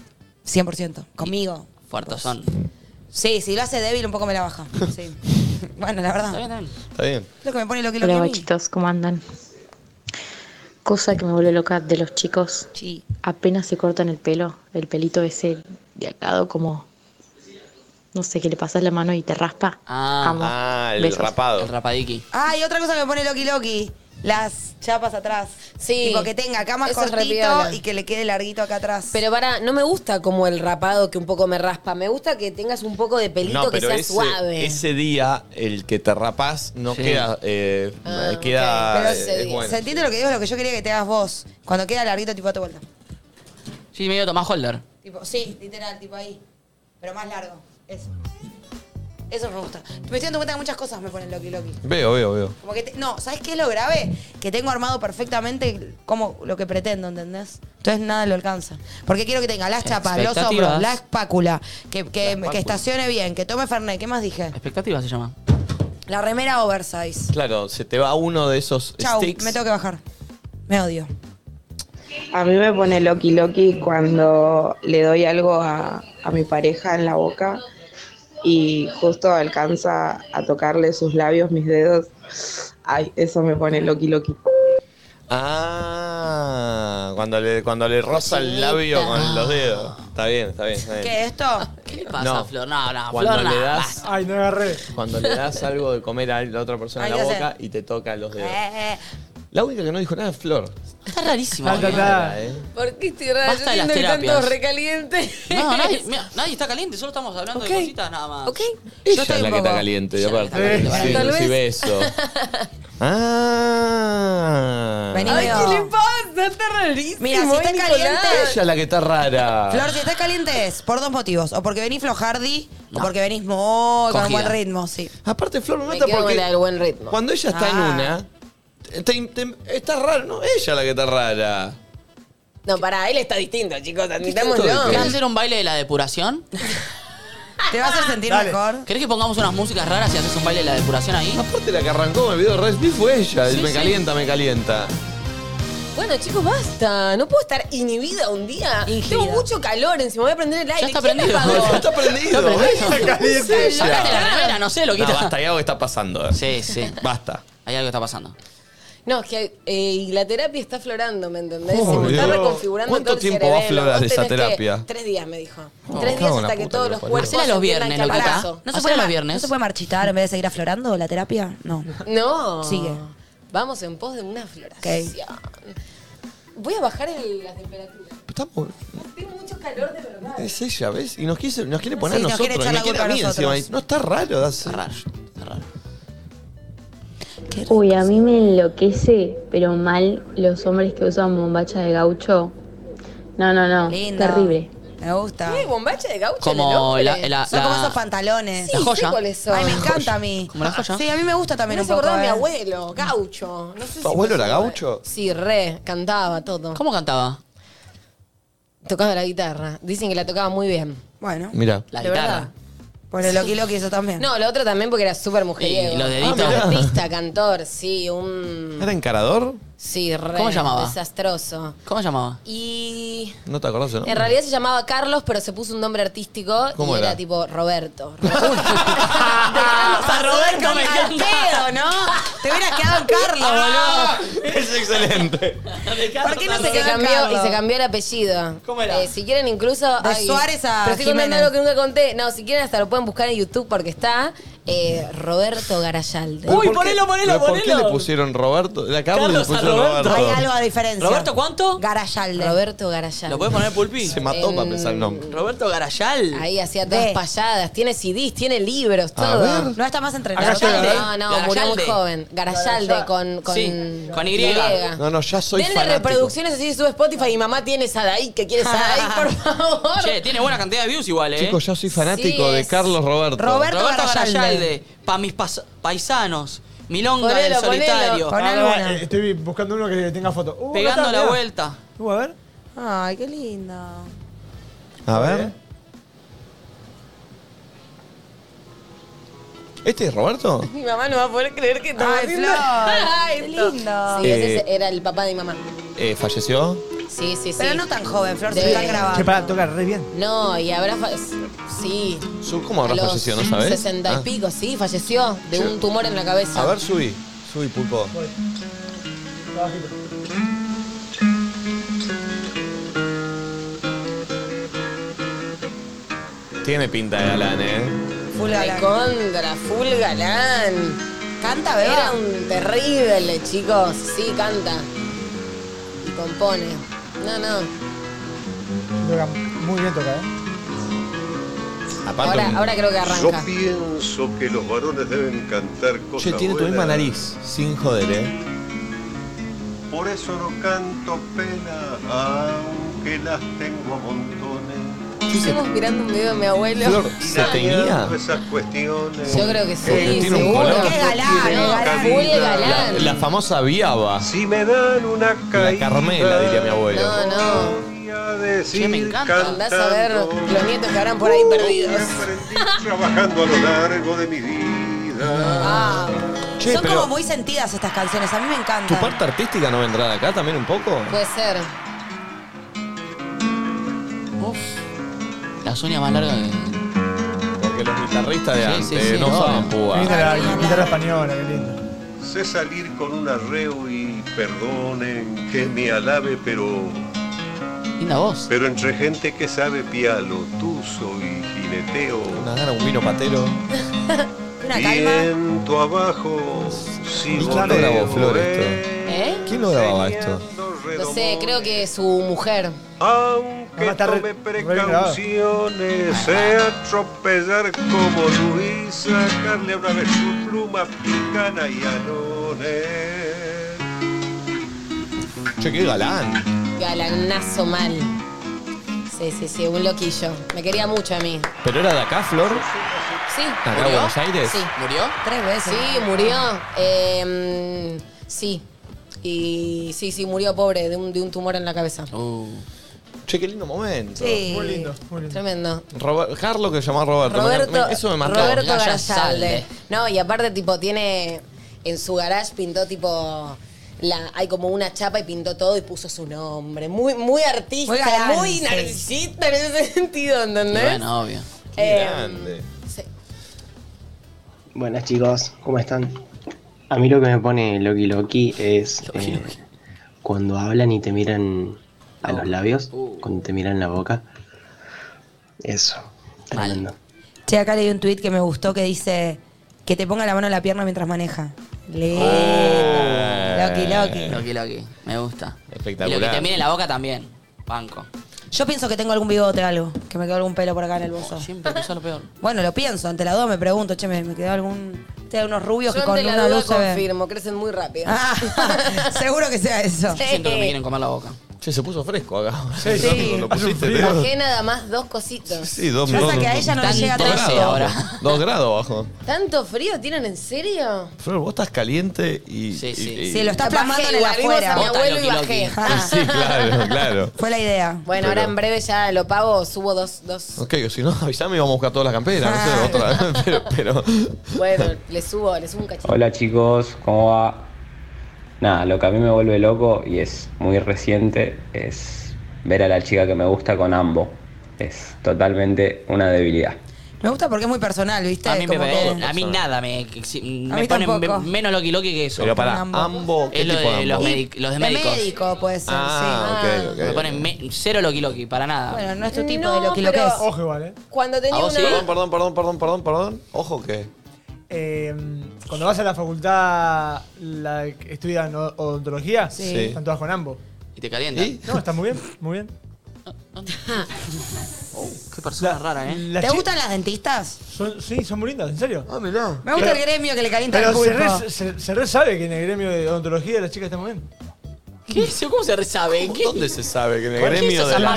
[SPEAKER 3] 100%. Conmigo.
[SPEAKER 2] Fuertosón.
[SPEAKER 3] Sí, si lo hace débil, un poco me la baja. Sí. bueno, la
[SPEAKER 2] Está bien,
[SPEAKER 3] verdad.
[SPEAKER 2] está bien.
[SPEAKER 1] Está bien.
[SPEAKER 3] Lo que me pone loki loki.
[SPEAKER 15] Hola,
[SPEAKER 3] a mí.
[SPEAKER 15] guachitos, ¿cómo andan? Cosa que me vuelve loca de los chicos.
[SPEAKER 3] Sí.
[SPEAKER 15] Apenas se cortan el pelo, el pelito ese de acá, como. No sé, que le pasas la mano y te raspa.
[SPEAKER 2] Ah,
[SPEAKER 15] Amo.
[SPEAKER 1] Ah, el
[SPEAKER 15] Besos.
[SPEAKER 1] rapado.
[SPEAKER 2] El rapadiki.
[SPEAKER 3] Ah, y otra cosa que me pone loki loki. Las chapas atrás.
[SPEAKER 4] Sí.
[SPEAKER 3] Tipo que tenga acá más
[SPEAKER 4] Eso es re
[SPEAKER 3] cortito
[SPEAKER 4] piola.
[SPEAKER 3] y que le quede larguito acá atrás.
[SPEAKER 4] Pero para, no me gusta como el rapado que un poco me raspa. Me gusta que tengas un poco de pelito
[SPEAKER 1] No,
[SPEAKER 4] que
[SPEAKER 1] pero
[SPEAKER 4] sea
[SPEAKER 1] ese,
[SPEAKER 4] suave.
[SPEAKER 1] ese día, el que te rapás, no
[SPEAKER 2] Sí.
[SPEAKER 1] queda. eh,
[SPEAKER 4] Ah,
[SPEAKER 1] queda.
[SPEAKER 4] ok. Pero
[SPEAKER 1] eh,
[SPEAKER 4] ese
[SPEAKER 1] es
[SPEAKER 4] día.
[SPEAKER 1] bueno.
[SPEAKER 3] ¿Se entiende lo que digo? Es lo que yo quería que te hagas vos. Cuando queda larguito, tipo a tu vuelta.
[SPEAKER 2] Sí, medio Tomás Holder.
[SPEAKER 3] Tipo, sí, literal, tipo ahí. Pero más largo. Eso. Eso me gusta. Me estoy dando cuenta que muchas cosas me ponen Loki Loki.
[SPEAKER 1] Veo, veo, veo.
[SPEAKER 3] Como que te- no, ¿sabes qué es lo grave? Que tengo armado perfectamente como lo que pretendo, ¿entendés? Entonces nada lo alcanza. Porque quiero que tenga las chapas, los
[SPEAKER 2] Expectativas.
[SPEAKER 3] hombros, la espácula, que, que-
[SPEAKER 2] espácula.
[SPEAKER 3] que estacione bien, que tome Fernet. ¿Qué más dije?
[SPEAKER 2] Expectativa se llama.
[SPEAKER 3] La remera oversize.
[SPEAKER 1] Claro, se te va uno de esos
[SPEAKER 3] Chau,
[SPEAKER 1] sticks.
[SPEAKER 3] me tengo que bajar. Me odio.
[SPEAKER 12] A mí me pone Loki Loki cuando le doy algo a, a mi pareja en la boca y justo alcanza a tocarle sus labios, mis dedos. Ay, eso me pone Loki Loki.
[SPEAKER 1] Ah, cuando le, cuando le roza el labio con los dedos. Está bien, está bien,
[SPEAKER 16] Eh.
[SPEAKER 1] está bien.
[SPEAKER 3] ¿Qué esto?
[SPEAKER 16] Ah,
[SPEAKER 3] ¿Qué le
[SPEAKER 2] pasa,
[SPEAKER 1] No.
[SPEAKER 2] Flor? No,
[SPEAKER 4] Ah,
[SPEAKER 2] no,
[SPEAKER 1] Cuando
[SPEAKER 2] Flor, no,
[SPEAKER 1] le das-
[SPEAKER 2] basta.
[SPEAKER 6] Ay, no agarré.
[SPEAKER 1] Cuando le das algo de comer a la otra persona en
[SPEAKER 2] Ay,
[SPEAKER 1] la
[SPEAKER 2] ya sé.
[SPEAKER 1] boca y te toca los dedos.
[SPEAKER 3] Eh, eh.
[SPEAKER 1] La única que no dijo nada es Flor.
[SPEAKER 2] Está rarísimo.
[SPEAKER 1] Está,
[SPEAKER 2] boludo.
[SPEAKER 1] está, está, eh.
[SPEAKER 16] ¿Por qué estoy rara?
[SPEAKER 2] Basta de
[SPEAKER 16] Yo siento
[SPEAKER 2] las
[SPEAKER 16] que están todos
[SPEAKER 2] terapias.
[SPEAKER 16] recalientes.
[SPEAKER 2] No, nadie, mira, nadie está caliente, solo estamos hablando
[SPEAKER 16] Ok.
[SPEAKER 2] de cositas nada más.
[SPEAKER 16] Ok.
[SPEAKER 1] Ella es la que está caliente, de aparte.
[SPEAKER 2] está
[SPEAKER 1] Sí,
[SPEAKER 2] caliente. Tal
[SPEAKER 1] recibe
[SPEAKER 2] vez.
[SPEAKER 1] eso. Ah.
[SPEAKER 3] Vení,
[SPEAKER 16] Ay,
[SPEAKER 3] Leo.
[SPEAKER 16] ¿qué le pasa? Está rarísimo.
[SPEAKER 3] Mira, si
[SPEAKER 16] ay,
[SPEAKER 3] está
[SPEAKER 16] Nicolás.
[SPEAKER 3] caliente.
[SPEAKER 1] Ella es la que está rara.
[SPEAKER 3] Flor, si estás caliente es por dos motivos. O porque venís flojardi o porque venís muy con
[SPEAKER 1] Cogida.
[SPEAKER 3] buen ritmo, sí.
[SPEAKER 1] Aparte, Flor no
[SPEAKER 4] Me
[SPEAKER 1] nota
[SPEAKER 4] quedo con
[SPEAKER 1] porque
[SPEAKER 4] la del buen ritmo.
[SPEAKER 1] cuando ella está
[SPEAKER 4] Ah.
[SPEAKER 1] en una, te- te- está rara, no, ella es la que está rara.
[SPEAKER 4] No, para él está distinto, chicos,
[SPEAKER 2] ¿Querés
[SPEAKER 4] admitámoslo.
[SPEAKER 2] hacer un baile de la depuración?
[SPEAKER 3] Te va a hacer sentir mejor.
[SPEAKER 2] ¿Querés que pongamos unas músicas raras y haces un baile de la depuración ahí?
[SPEAKER 1] Aparte, la que arrancó el video de Resby fue ella. el
[SPEAKER 2] Sí,
[SPEAKER 1] me
[SPEAKER 2] sí.
[SPEAKER 1] calienta, me calienta.
[SPEAKER 4] Bueno, chicos, basta. No puedo estar inhibida un día. Tengo mucho calor encima. Voy a prender el aire.
[SPEAKER 2] está
[SPEAKER 4] ¿Quién me
[SPEAKER 2] prendido.
[SPEAKER 4] pagó?
[SPEAKER 2] Ya
[SPEAKER 1] Está prendido. Está caliente
[SPEAKER 2] Sí, sacate la remera, no sé, loquita.
[SPEAKER 1] No, basta, hay algo que está pasando. eh.
[SPEAKER 2] Sí, sí.
[SPEAKER 1] Basta.
[SPEAKER 2] Hay algo que está pasando.
[SPEAKER 4] No, es que eh, y la terapia está florando, ¿me entendés?
[SPEAKER 1] Oh,
[SPEAKER 4] Se me está
[SPEAKER 1] Dios.
[SPEAKER 4] reconfigurando
[SPEAKER 1] ¿Cuánto
[SPEAKER 4] todo el
[SPEAKER 1] tiempo va a
[SPEAKER 4] cerebelo.
[SPEAKER 1] florar
[SPEAKER 4] Vos
[SPEAKER 1] esa
[SPEAKER 4] tenés que-
[SPEAKER 1] terapia?
[SPEAKER 4] tres días, me dijo.
[SPEAKER 1] No,
[SPEAKER 4] tres días
[SPEAKER 1] cago en la
[SPEAKER 4] hasta que
[SPEAKER 1] puta
[SPEAKER 4] todos
[SPEAKER 1] que lo
[SPEAKER 4] los
[SPEAKER 1] parió.
[SPEAKER 4] cuerpos
[SPEAKER 2] Hacela los
[SPEAKER 4] entiendan
[SPEAKER 2] viernes,
[SPEAKER 4] que
[SPEAKER 2] loquita.
[SPEAKER 4] abrazo.
[SPEAKER 2] No se puede los
[SPEAKER 3] ¿No
[SPEAKER 2] viernes.
[SPEAKER 3] se puede marchitar en vez de seguir aflorando la terapia? No.
[SPEAKER 4] No.
[SPEAKER 3] Sigue.
[SPEAKER 4] Vamos en pos de una floración. Voy a bajar el- la temperatura.
[SPEAKER 1] Estamos-
[SPEAKER 4] Tengo mucho calor de verdad.
[SPEAKER 1] es ella, ¿ves? Y nos, quiso- nos quiere poner
[SPEAKER 4] Sí,
[SPEAKER 1] a
[SPEAKER 4] nos
[SPEAKER 1] nosotros.
[SPEAKER 4] quiere
[SPEAKER 1] y
[SPEAKER 4] echar
[SPEAKER 1] me
[SPEAKER 4] la
[SPEAKER 1] quiere a
[SPEAKER 4] culpa a
[SPEAKER 1] mí
[SPEAKER 4] nosotros.
[SPEAKER 1] encima. Y- No, está raro. Está raro.
[SPEAKER 9] Uy, a mí me enloquece, pero mal, los hombres que usan bombacha de gaucho. No, no, no.
[SPEAKER 3] Lindo.
[SPEAKER 9] Terrible.
[SPEAKER 3] Me gusta.
[SPEAKER 4] ¿Qué bombacha de gaucho?
[SPEAKER 2] Ah. Como
[SPEAKER 4] en el hombre?
[SPEAKER 2] la- la-
[SPEAKER 3] Son como
[SPEAKER 2] la-
[SPEAKER 3] esos pantalones.
[SPEAKER 4] Sí, La joya. sé cuáles son.
[SPEAKER 3] Ay, me encanta a mí.
[SPEAKER 2] Como la joya.
[SPEAKER 3] Sí, a mí me gusta también
[SPEAKER 4] Me
[SPEAKER 3] un
[SPEAKER 4] hace
[SPEAKER 3] poco.
[SPEAKER 4] acordar a mi
[SPEAKER 3] eh.
[SPEAKER 4] abuelo, gaucho. No sé si
[SPEAKER 1] ¿Tu abuelo
[SPEAKER 4] te
[SPEAKER 1] era
[SPEAKER 4] suena.
[SPEAKER 1] gaucho?
[SPEAKER 4] Sí, re, cantaba todo.
[SPEAKER 2] ¿Cómo cantaba?
[SPEAKER 4] Tocaba la guitarra. Dicen que la tocaba muy bien.
[SPEAKER 3] Bueno.
[SPEAKER 1] Mira.
[SPEAKER 2] La
[SPEAKER 4] ¿De
[SPEAKER 2] guitarra.
[SPEAKER 3] Por el Loki Loki, eso también.
[SPEAKER 4] No, lo otro también porque era súper mujeriego.
[SPEAKER 2] Y los deditos.
[SPEAKER 1] Ah, mirá.
[SPEAKER 4] Artista, cantor, sí, un...
[SPEAKER 1] ¿Era encarador?
[SPEAKER 4] Sí, re
[SPEAKER 2] ¿Cómo llamaba?
[SPEAKER 4] desastroso.
[SPEAKER 2] ¿Cómo llamaba?
[SPEAKER 4] Y...
[SPEAKER 1] No te acordás, ¿no?
[SPEAKER 4] En realidad se llamaba Carlos, pero se puso un nombre artístico
[SPEAKER 1] ¿Cómo
[SPEAKER 4] y era?
[SPEAKER 1] era?
[SPEAKER 4] tipo Roberto.
[SPEAKER 2] A Roberto me
[SPEAKER 3] Al
[SPEAKER 2] encanta.
[SPEAKER 3] pedo, ¿no? Te hubieras quedado en Carlos, Ah, boludo.
[SPEAKER 1] Es excelente.
[SPEAKER 2] Ah,
[SPEAKER 3] ¿Por qué no se
[SPEAKER 4] Y se
[SPEAKER 3] quedó en
[SPEAKER 4] cambió, y
[SPEAKER 3] Carlos?
[SPEAKER 4] se cambió el apellido.
[SPEAKER 2] ¿Cómo era?
[SPEAKER 4] Eh, si quieren incluso...
[SPEAKER 3] De Suárez a
[SPEAKER 4] Pero estoy contando
[SPEAKER 3] Jiménez.
[SPEAKER 4] algo que nunca conté. No, si quieren hasta lo pueden buscar en YouTube porque está eh, Roberto Garayalde.
[SPEAKER 2] Uy,
[SPEAKER 1] ¿Por qué-
[SPEAKER 2] ponelo, ponelo,
[SPEAKER 1] ¿Pero ¿Por qué
[SPEAKER 2] ponelo.
[SPEAKER 1] le pusieron Roberto? La Carlos,
[SPEAKER 2] Carlos
[SPEAKER 1] le
[SPEAKER 2] a
[SPEAKER 1] pusieron
[SPEAKER 2] Roberto.
[SPEAKER 1] Roberto.
[SPEAKER 3] Hay algo de diferencia.
[SPEAKER 2] ¿Roberto cuánto?
[SPEAKER 3] Garayalde.
[SPEAKER 4] Roberto Garayalde.
[SPEAKER 2] ¿Lo puedes poner Pulpi? Eh,
[SPEAKER 1] Se mató
[SPEAKER 4] En-
[SPEAKER 1] para pensar el nombre.
[SPEAKER 2] Roberto Garayal.
[SPEAKER 4] Ahí hacía todas
[SPEAKER 3] Ve.
[SPEAKER 4] payadas, tiene CDs, tiene libros,
[SPEAKER 1] A
[SPEAKER 4] todo.
[SPEAKER 1] ver.
[SPEAKER 3] No está más entrenado.
[SPEAKER 2] Garayalde.
[SPEAKER 4] No, no, murió muy
[SPEAKER 2] Garayalde.
[SPEAKER 4] joven. Garayalde con, con,
[SPEAKER 2] Sí, con Y.
[SPEAKER 1] No, no, ya soy
[SPEAKER 4] Denle
[SPEAKER 1] fanático.
[SPEAKER 4] reproducciones así sube Spotify y mamá tiene Sadaí, que quiere Sadaí, por favor.
[SPEAKER 2] Che, tiene buena cantidad de views igual, eh.
[SPEAKER 1] Chicos, ya soy fanático
[SPEAKER 4] Sí,
[SPEAKER 1] de
[SPEAKER 4] es-
[SPEAKER 1] Carlos Roberto.
[SPEAKER 3] Roberto
[SPEAKER 2] Roberto
[SPEAKER 3] Garayalde.
[SPEAKER 2] Garayalde. Pa' mis pas- paisanos. Milonga
[SPEAKER 4] Ponelo,
[SPEAKER 2] del
[SPEAKER 4] ponelo.
[SPEAKER 2] solitario.
[SPEAKER 3] Pon
[SPEAKER 6] Ah,
[SPEAKER 3] alguna.
[SPEAKER 6] eh, Estoy buscando uno que tenga foto. Uh, acá
[SPEAKER 2] Pegando
[SPEAKER 6] está,
[SPEAKER 2] la
[SPEAKER 6] mirá.
[SPEAKER 2] vuelta.
[SPEAKER 6] Uh, a ver.
[SPEAKER 3] Ay, qué lindo.
[SPEAKER 1] A ver. ¿Este es Roberto?
[SPEAKER 4] Mi mamá no va a poder creer que estaba
[SPEAKER 3] Ay,
[SPEAKER 4] haciendo-
[SPEAKER 3] Flor.
[SPEAKER 4] Ay,
[SPEAKER 3] Qué
[SPEAKER 4] esto.
[SPEAKER 3] lindo.
[SPEAKER 4] Sí, ese
[SPEAKER 1] Eh.
[SPEAKER 4] era el papá de mi mamá.
[SPEAKER 1] Eh, ¿Falleció?
[SPEAKER 4] Sí, sí, sí.
[SPEAKER 3] Pero no tan joven, Flor, se
[SPEAKER 4] De-
[SPEAKER 3] lo están
[SPEAKER 6] Che,
[SPEAKER 3] grabando.
[SPEAKER 6] para tocar re bien.
[SPEAKER 4] No, y habrá... fa- Sí.
[SPEAKER 1] Su- ¿Cómo habrá
[SPEAKER 4] a los
[SPEAKER 1] fallecido? ¿No sabes?
[SPEAKER 4] 60 y pico, sí, falleció de
[SPEAKER 1] Che.
[SPEAKER 4] un tumor en la cabeza.
[SPEAKER 1] A ver, subí. Subí, pulpo. Tiene pinta de galán, ¿eh?
[SPEAKER 3] Full galán.
[SPEAKER 4] Recontra, full galán.
[SPEAKER 3] Canta,
[SPEAKER 4] Era
[SPEAKER 3] beba.
[SPEAKER 4] un terrible, chicos. Sí, canta. Y compone. No, no.
[SPEAKER 6] Toca muy bien toca, ¿eh?
[SPEAKER 1] Aparte,
[SPEAKER 4] Ahora,
[SPEAKER 1] un-
[SPEAKER 4] ahora creo que arranca.
[SPEAKER 17] pienso que los varones deben cantar
[SPEAKER 1] che, tiene tu misma nariz. Sin joder, ¿eh?
[SPEAKER 17] Por eso no canto penas, aunque las tengo a montones.
[SPEAKER 4] Estamos mirando un video de mi abuelo.
[SPEAKER 1] ¿se teñía?
[SPEAKER 17] Esas cuestiones.
[SPEAKER 4] Yo creo que sí.
[SPEAKER 1] Porque tiene un
[SPEAKER 4] seguro.
[SPEAKER 1] color.
[SPEAKER 4] Qué galán,
[SPEAKER 17] Tiene
[SPEAKER 4] es galán,
[SPEAKER 17] calidad.
[SPEAKER 4] muy galán.
[SPEAKER 1] La famosa viaba.
[SPEAKER 17] Si me dan una
[SPEAKER 1] La Carmela, diría mi abuelo.
[SPEAKER 4] No, no.
[SPEAKER 17] Che, me encanta.
[SPEAKER 4] Andás a ver los nietos que habrán por ahí perdidos.
[SPEAKER 17] Trabajando a lo largo de mi vida.
[SPEAKER 1] Che,
[SPEAKER 3] Son
[SPEAKER 1] pero-
[SPEAKER 3] como muy sentidas estas canciones, a mí me
[SPEAKER 1] ¿Tu
[SPEAKER 3] encantan.
[SPEAKER 1] parte artística no vendrá de acá también un poco?
[SPEAKER 4] Puede ser.
[SPEAKER 2] La Sonia más larga que...
[SPEAKER 1] Porque los guitarristas de antes
[SPEAKER 2] Sí, sí, sí,
[SPEAKER 1] no
[SPEAKER 2] obvio.
[SPEAKER 1] saben
[SPEAKER 6] Qué linda
[SPEAKER 1] jugar.
[SPEAKER 6] la guitarra española, qué linda.
[SPEAKER 17] Sé salir con un arreo y perdonen que me alabe, pero.
[SPEAKER 2] Linda voz.
[SPEAKER 17] Pero entre gente que sabe pialo, tuzo y jineteo.
[SPEAKER 1] Una gana, un vino patero.
[SPEAKER 3] Una calma.
[SPEAKER 17] Viento abajo, si
[SPEAKER 1] ¿Y quién lo grabó, Flor, esto?
[SPEAKER 4] ¿Eh?
[SPEAKER 1] ¿Quién lo grababa esto?
[SPEAKER 4] No sé, creo que su mujer.
[SPEAKER 17] Aunque tome precauciones, sé atropellar como Luis, sacarle una vez su pluma picana y anones.
[SPEAKER 1] Che, qué galán.
[SPEAKER 4] Galanazo mal. Sí, sí, sí, un loquillo. Me quería mucho a mí.
[SPEAKER 1] ¿Pero era de acá, Flor?
[SPEAKER 4] Sí.
[SPEAKER 1] ¿Acá, Buenos Aires?
[SPEAKER 4] Sí.
[SPEAKER 2] ¿Murió?
[SPEAKER 4] Tres veces. Sí, murió. Eh, mm, sí. Y sí, sí, murió pobre de un, de un tumor en la cabeza.
[SPEAKER 1] Uh, Che, qué lindo momento.
[SPEAKER 6] Muy lindo, muy lindo.
[SPEAKER 4] Tremendo.
[SPEAKER 1] Robert, Carlos que se llamaba Roberto. me
[SPEAKER 4] Roberto,
[SPEAKER 1] encanta- me- eso me marcó.
[SPEAKER 4] Roberto
[SPEAKER 1] Gaya
[SPEAKER 4] Garayalde.
[SPEAKER 1] Salde.
[SPEAKER 4] No, y aparte, tipo, tiene. En su garage pintó, tipo. La, hay como una chapa y pintó todo y puso su nombre. Muy, muy artista,
[SPEAKER 3] Muy galán,
[SPEAKER 4] muy,
[SPEAKER 3] sí.
[SPEAKER 4] narcisista en ese sentido, ¿entendés?
[SPEAKER 2] Y bueno, obvio.
[SPEAKER 4] Eh,
[SPEAKER 18] Buenas chicos, ¿cómo están? A mí lo que me pone Loki Loki es eh, cuando hablan y te miran a los labios,
[SPEAKER 2] Uh.
[SPEAKER 18] cuando te miran la boca. Eso, tremendo.
[SPEAKER 3] Che, acá leí un tweet que me gustó que dice que te ponga la mano en la pierna mientras maneja. Le...
[SPEAKER 2] Oh.
[SPEAKER 3] Loki, Loki.
[SPEAKER 2] Loki, Loki. Me gusta.
[SPEAKER 1] Espectacular.
[SPEAKER 2] Y lo que te mire en la boca también. Banco.
[SPEAKER 3] Yo pienso que tengo algún bigote o algo, que me quedó algún pelo por acá en el bolso.
[SPEAKER 2] Oh, Siempre, que eso es lo peor.
[SPEAKER 3] Bueno, lo pienso, ante la duda me pregunto, che, me, me quedó algún. Te unos rubios
[SPEAKER 4] yo
[SPEAKER 3] que con
[SPEAKER 4] ante la
[SPEAKER 3] una
[SPEAKER 4] duda
[SPEAKER 3] luz se ve. Ah.
[SPEAKER 4] confirmo, crecen muy rápido.
[SPEAKER 3] Seguro que sea eso.
[SPEAKER 4] Sí.
[SPEAKER 2] Siento que me quieren comer la boca.
[SPEAKER 1] Che, se puso fresco acá.
[SPEAKER 6] Sí, sí.
[SPEAKER 1] Lo
[SPEAKER 6] Hace un
[SPEAKER 1] pusiste,
[SPEAKER 6] frío.
[SPEAKER 1] te-
[SPEAKER 4] Bajé nada más dos cositas.
[SPEAKER 1] Sí, dos
[SPEAKER 3] Pasa
[SPEAKER 1] dos-
[SPEAKER 3] que a ella no le
[SPEAKER 1] dos-
[SPEAKER 3] llega
[SPEAKER 1] dos
[SPEAKER 3] trece
[SPEAKER 1] grados
[SPEAKER 2] ahora.
[SPEAKER 1] abajo. Dos grados abajo.
[SPEAKER 4] ¿Tanto frío tienen en serio?
[SPEAKER 1] Flor, vos estás caliente y.
[SPEAKER 2] Sí, sí.
[SPEAKER 1] y-
[SPEAKER 3] Sí, lo está plasmando en el
[SPEAKER 4] igual, vimos
[SPEAKER 3] afuera.
[SPEAKER 4] a mi abuelo y
[SPEAKER 2] Loki, Loki.
[SPEAKER 4] bajé.
[SPEAKER 1] Sí, claro, claro.
[SPEAKER 3] Ah, Fue la idea.
[SPEAKER 4] Bueno, ahora en breve ya lo pago, subo dos, dos.
[SPEAKER 1] Ok, o si no, avisame y vamos a buscar todas las camperas.
[SPEAKER 3] Ah.
[SPEAKER 1] No sé, otra. Pero. pero
[SPEAKER 4] Bueno, le subo, le subo un cachito.
[SPEAKER 19] Hola chicos, ¿cómo va? Nada, lo que a mí me vuelve loco y es muy reciente es ver a la chica que me gusta con ambos. Es totalmente una debilidad.
[SPEAKER 3] Me gusta porque es muy personal, ¿viste?
[SPEAKER 2] A mí, me, eh,
[SPEAKER 3] Como que-
[SPEAKER 2] a mí nada me, me
[SPEAKER 3] A mí
[SPEAKER 2] pone
[SPEAKER 3] tampoco.
[SPEAKER 2] me- menos Loki Loki que eso.
[SPEAKER 1] pero para
[SPEAKER 3] Ambo.
[SPEAKER 1] ambos. ¿qué
[SPEAKER 2] Es lo
[SPEAKER 1] tipo
[SPEAKER 2] de los,
[SPEAKER 1] ambo?
[SPEAKER 2] medic- los de
[SPEAKER 3] de
[SPEAKER 2] médicos.
[SPEAKER 3] médico puede ser,
[SPEAKER 1] Ah,
[SPEAKER 3] sí. Ah.
[SPEAKER 1] ok, ok.
[SPEAKER 2] Me ponen me- cero Loki Loki, para nada.
[SPEAKER 3] Bueno, no es tu tipo
[SPEAKER 4] No,
[SPEAKER 3] de lo que, lo que
[SPEAKER 4] pero-
[SPEAKER 3] es.
[SPEAKER 6] Ojo igual, ¿eh?
[SPEAKER 4] Cuando tenía
[SPEAKER 2] ¿A
[SPEAKER 4] una.
[SPEAKER 2] vos sí?
[SPEAKER 1] Perdón, perdón, perdón, perdón, perdón, perdón. Ojo que.
[SPEAKER 6] Eh, cuando vas a la facultad, la que estudian o- odontología,
[SPEAKER 1] Sí.
[SPEAKER 6] están todas con ambos.
[SPEAKER 2] Y te calienta.
[SPEAKER 6] No, está muy bien, muy bien.
[SPEAKER 2] Qué persona rara, ¿eh?
[SPEAKER 6] Las
[SPEAKER 3] ¿Te
[SPEAKER 6] chi-
[SPEAKER 3] gustan las dentistas?
[SPEAKER 6] son- sí, son muy lindas, en serio.
[SPEAKER 1] Ah, mirá.
[SPEAKER 3] Me gusta
[SPEAKER 6] Pero-
[SPEAKER 3] el gremio que le calienta el
[SPEAKER 6] Pero se
[SPEAKER 3] pulpo.
[SPEAKER 6] re, se- se re sabe que en el gremio de odontología las chicas están muy bien.
[SPEAKER 2] ¿Qué? es eso? ¿Cómo se sabe? ¿Qué?
[SPEAKER 1] ¿Dónde se sabe que en el
[SPEAKER 2] ¿Por qué
[SPEAKER 1] gremio
[SPEAKER 2] sos
[SPEAKER 1] de
[SPEAKER 2] a
[SPEAKER 1] la,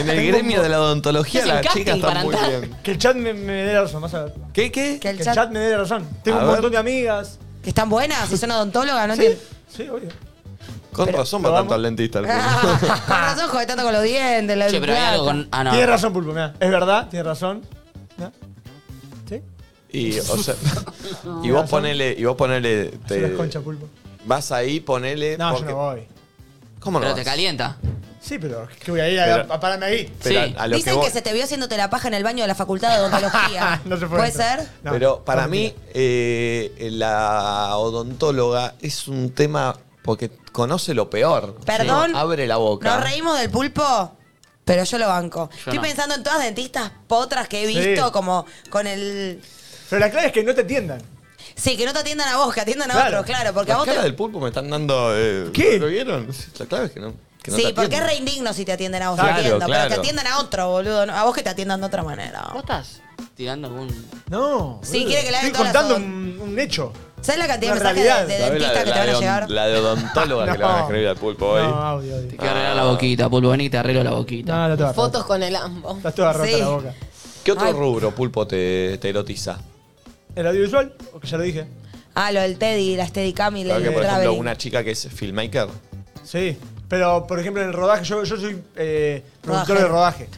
[SPEAKER 1] en el gremio de la odontología
[SPEAKER 2] Es un
[SPEAKER 1] las
[SPEAKER 2] casting
[SPEAKER 1] chicas están
[SPEAKER 2] para
[SPEAKER 1] muy
[SPEAKER 2] entrar.
[SPEAKER 1] bien?
[SPEAKER 6] Que el chat me, me dé la razón, vas a ver.
[SPEAKER 1] ¿Qué, qué?
[SPEAKER 3] Que el
[SPEAKER 6] Que el
[SPEAKER 3] chat-
[SPEAKER 6] chat me dé la razón. Tengo
[SPEAKER 1] A
[SPEAKER 6] un
[SPEAKER 1] ver.
[SPEAKER 6] montón de amigas.
[SPEAKER 3] Que están buenas, y son odontólogas, ¿no?
[SPEAKER 6] Sí,
[SPEAKER 3] entiendo.
[SPEAKER 6] sí, obvio.
[SPEAKER 1] Con razón va
[SPEAKER 6] lo
[SPEAKER 1] tanto
[SPEAKER 6] vamos-
[SPEAKER 1] al dentista. el
[SPEAKER 3] Ah, con razón, joder, tanto con los dientes, la
[SPEAKER 2] Che, pero hay
[SPEAKER 3] plata.
[SPEAKER 2] algo con. Ah, no.
[SPEAKER 6] Tienes razón, Pulpo, mira. Es verdad, tienes razón. ¿No? ¿Sí?
[SPEAKER 1] Y, o sea, y vos ponele, y vos ponele,
[SPEAKER 6] Hacé
[SPEAKER 1] te-
[SPEAKER 6] las conchas, Pulpo.
[SPEAKER 1] vas ahí, ponele.
[SPEAKER 6] No,
[SPEAKER 1] porque-
[SPEAKER 6] yo no voy.
[SPEAKER 1] ¿Cómo no?
[SPEAKER 2] Pero te
[SPEAKER 1] vas?
[SPEAKER 2] calienta.
[SPEAKER 6] Sí, pero que voy a ir a,
[SPEAKER 1] Pero-
[SPEAKER 6] a pararme ahí.
[SPEAKER 1] Pero
[SPEAKER 2] Sí.
[SPEAKER 1] a lo
[SPEAKER 3] Dicen
[SPEAKER 1] que
[SPEAKER 3] que,
[SPEAKER 1] vos-
[SPEAKER 3] se te vio haciéndote la paja en el baño de la facultad de odontología.
[SPEAKER 6] Ah, No se puede
[SPEAKER 3] ¿Puede
[SPEAKER 6] hacer.
[SPEAKER 3] ser?
[SPEAKER 6] No,
[SPEAKER 1] Pero para
[SPEAKER 6] no,
[SPEAKER 1] mí,
[SPEAKER 6] mentira.
[SPEAKER 1] eh, la odontóloga es un tema porque conoce lo peor.
[SPEAKER 3] Perdón.
[SPEAKER 1] No, Abre la boca.
[SPEAKER 3] Nos reímos del pulpo, pero yo lo banco. Estoy
[SPEAKER 2] no.
[SPEAKER 3] pensando en todas dentistas potras que he
[SPEAKER 6] Sí.
[SPEAKER 3] visto, como con el.
[SPEAKER 6] Pero la clave es que no te atiendan.
[SPEAKER 3] Sí, que no te atiendan a vos, que atiendan a
[SPEAKER 6] Claro.
[SPEAKER 3] otros, claro, porque
[SPEAKER 1] Las
[SPEAKER 3] a vos te-
[SPEAKER 1] caras del pulpo me están dando. eh,
[SPEAKER 6] ¿Qué?
[SPEAKER 1] ¿Lo vieron? La clave es que no. que no
[SPEAKER 3] sí,
[SPEAKER 1] te
[SPEAKER 3] porque es
[SPEAKER 1] atienden.
[SPEAKER 3] re indigno si te atienden a vos,
[SPEAKER 1] Claro,
[SPEAKER 3] entiendo, pero
[SPEAKER 1] claro.
[SPEAKER 3] te atiendan a otro, boludo, no- a vos que te atiendan de otra manera.
[SPEAKER 2] ¿Vos estás? tirando algún.
[SPEAKER 6] No.
[SPEAKER 3] Sí,
[SPEAKER 6] boludo.
[SPEAKER 3] quiere que le hagan
[SPEAKER 6] Estoy
[SPEAKER 3] todas las
[SPEAKER 6] contando un, un hecho.
[SPEAKER 3] ¿Sabes la cantidad de
[SPEAKER 6] Una
[SPEAKER 3] mensajes de, de
[SPEAKER 6] realidad. ¿Sabés
[SPEAKER 1] ¿Sabés
[SPEAKER 3] dentistas que te van a llegar?
[SPEAKER 1] la de odontóloga que le van a escribir al pulpo hoy.
[SPEAKER 2] Te
[SPEAKER 1] Ah.
[SPEAKER 2] quiero arreglar la boquita, pulpo, vení y te arreglo la boquita.
[SPEAKER 6] No, no te va a
[SPEAKER 4] Fotos con el ambo. Estás
[SPEAKER 6] toda rota la boca.
[SPEAKER 1] ¿Qué otro
[SPEAKER 6] Ay.
[SPEAKER 1] rubro, pulpo, te, te erotiza?
[SPEAKER 6] ¿El audiovisual? O que ya lo dije.
[SPEAKER 3] Ah, lo del Teddy, la Steadicam y
[SPEAKER 1] Claro
[SPEAKER 3] el
[SPEAKER 1] que, por ejemplo,
[SPEAKER 3] traveling.
[SPEAKER 1] una chica que es filmmaker.
[SPEAKER 6] Sí. Pero, por ejemplo, en el rodaje, yo, yo soy eh, productor de rodaje.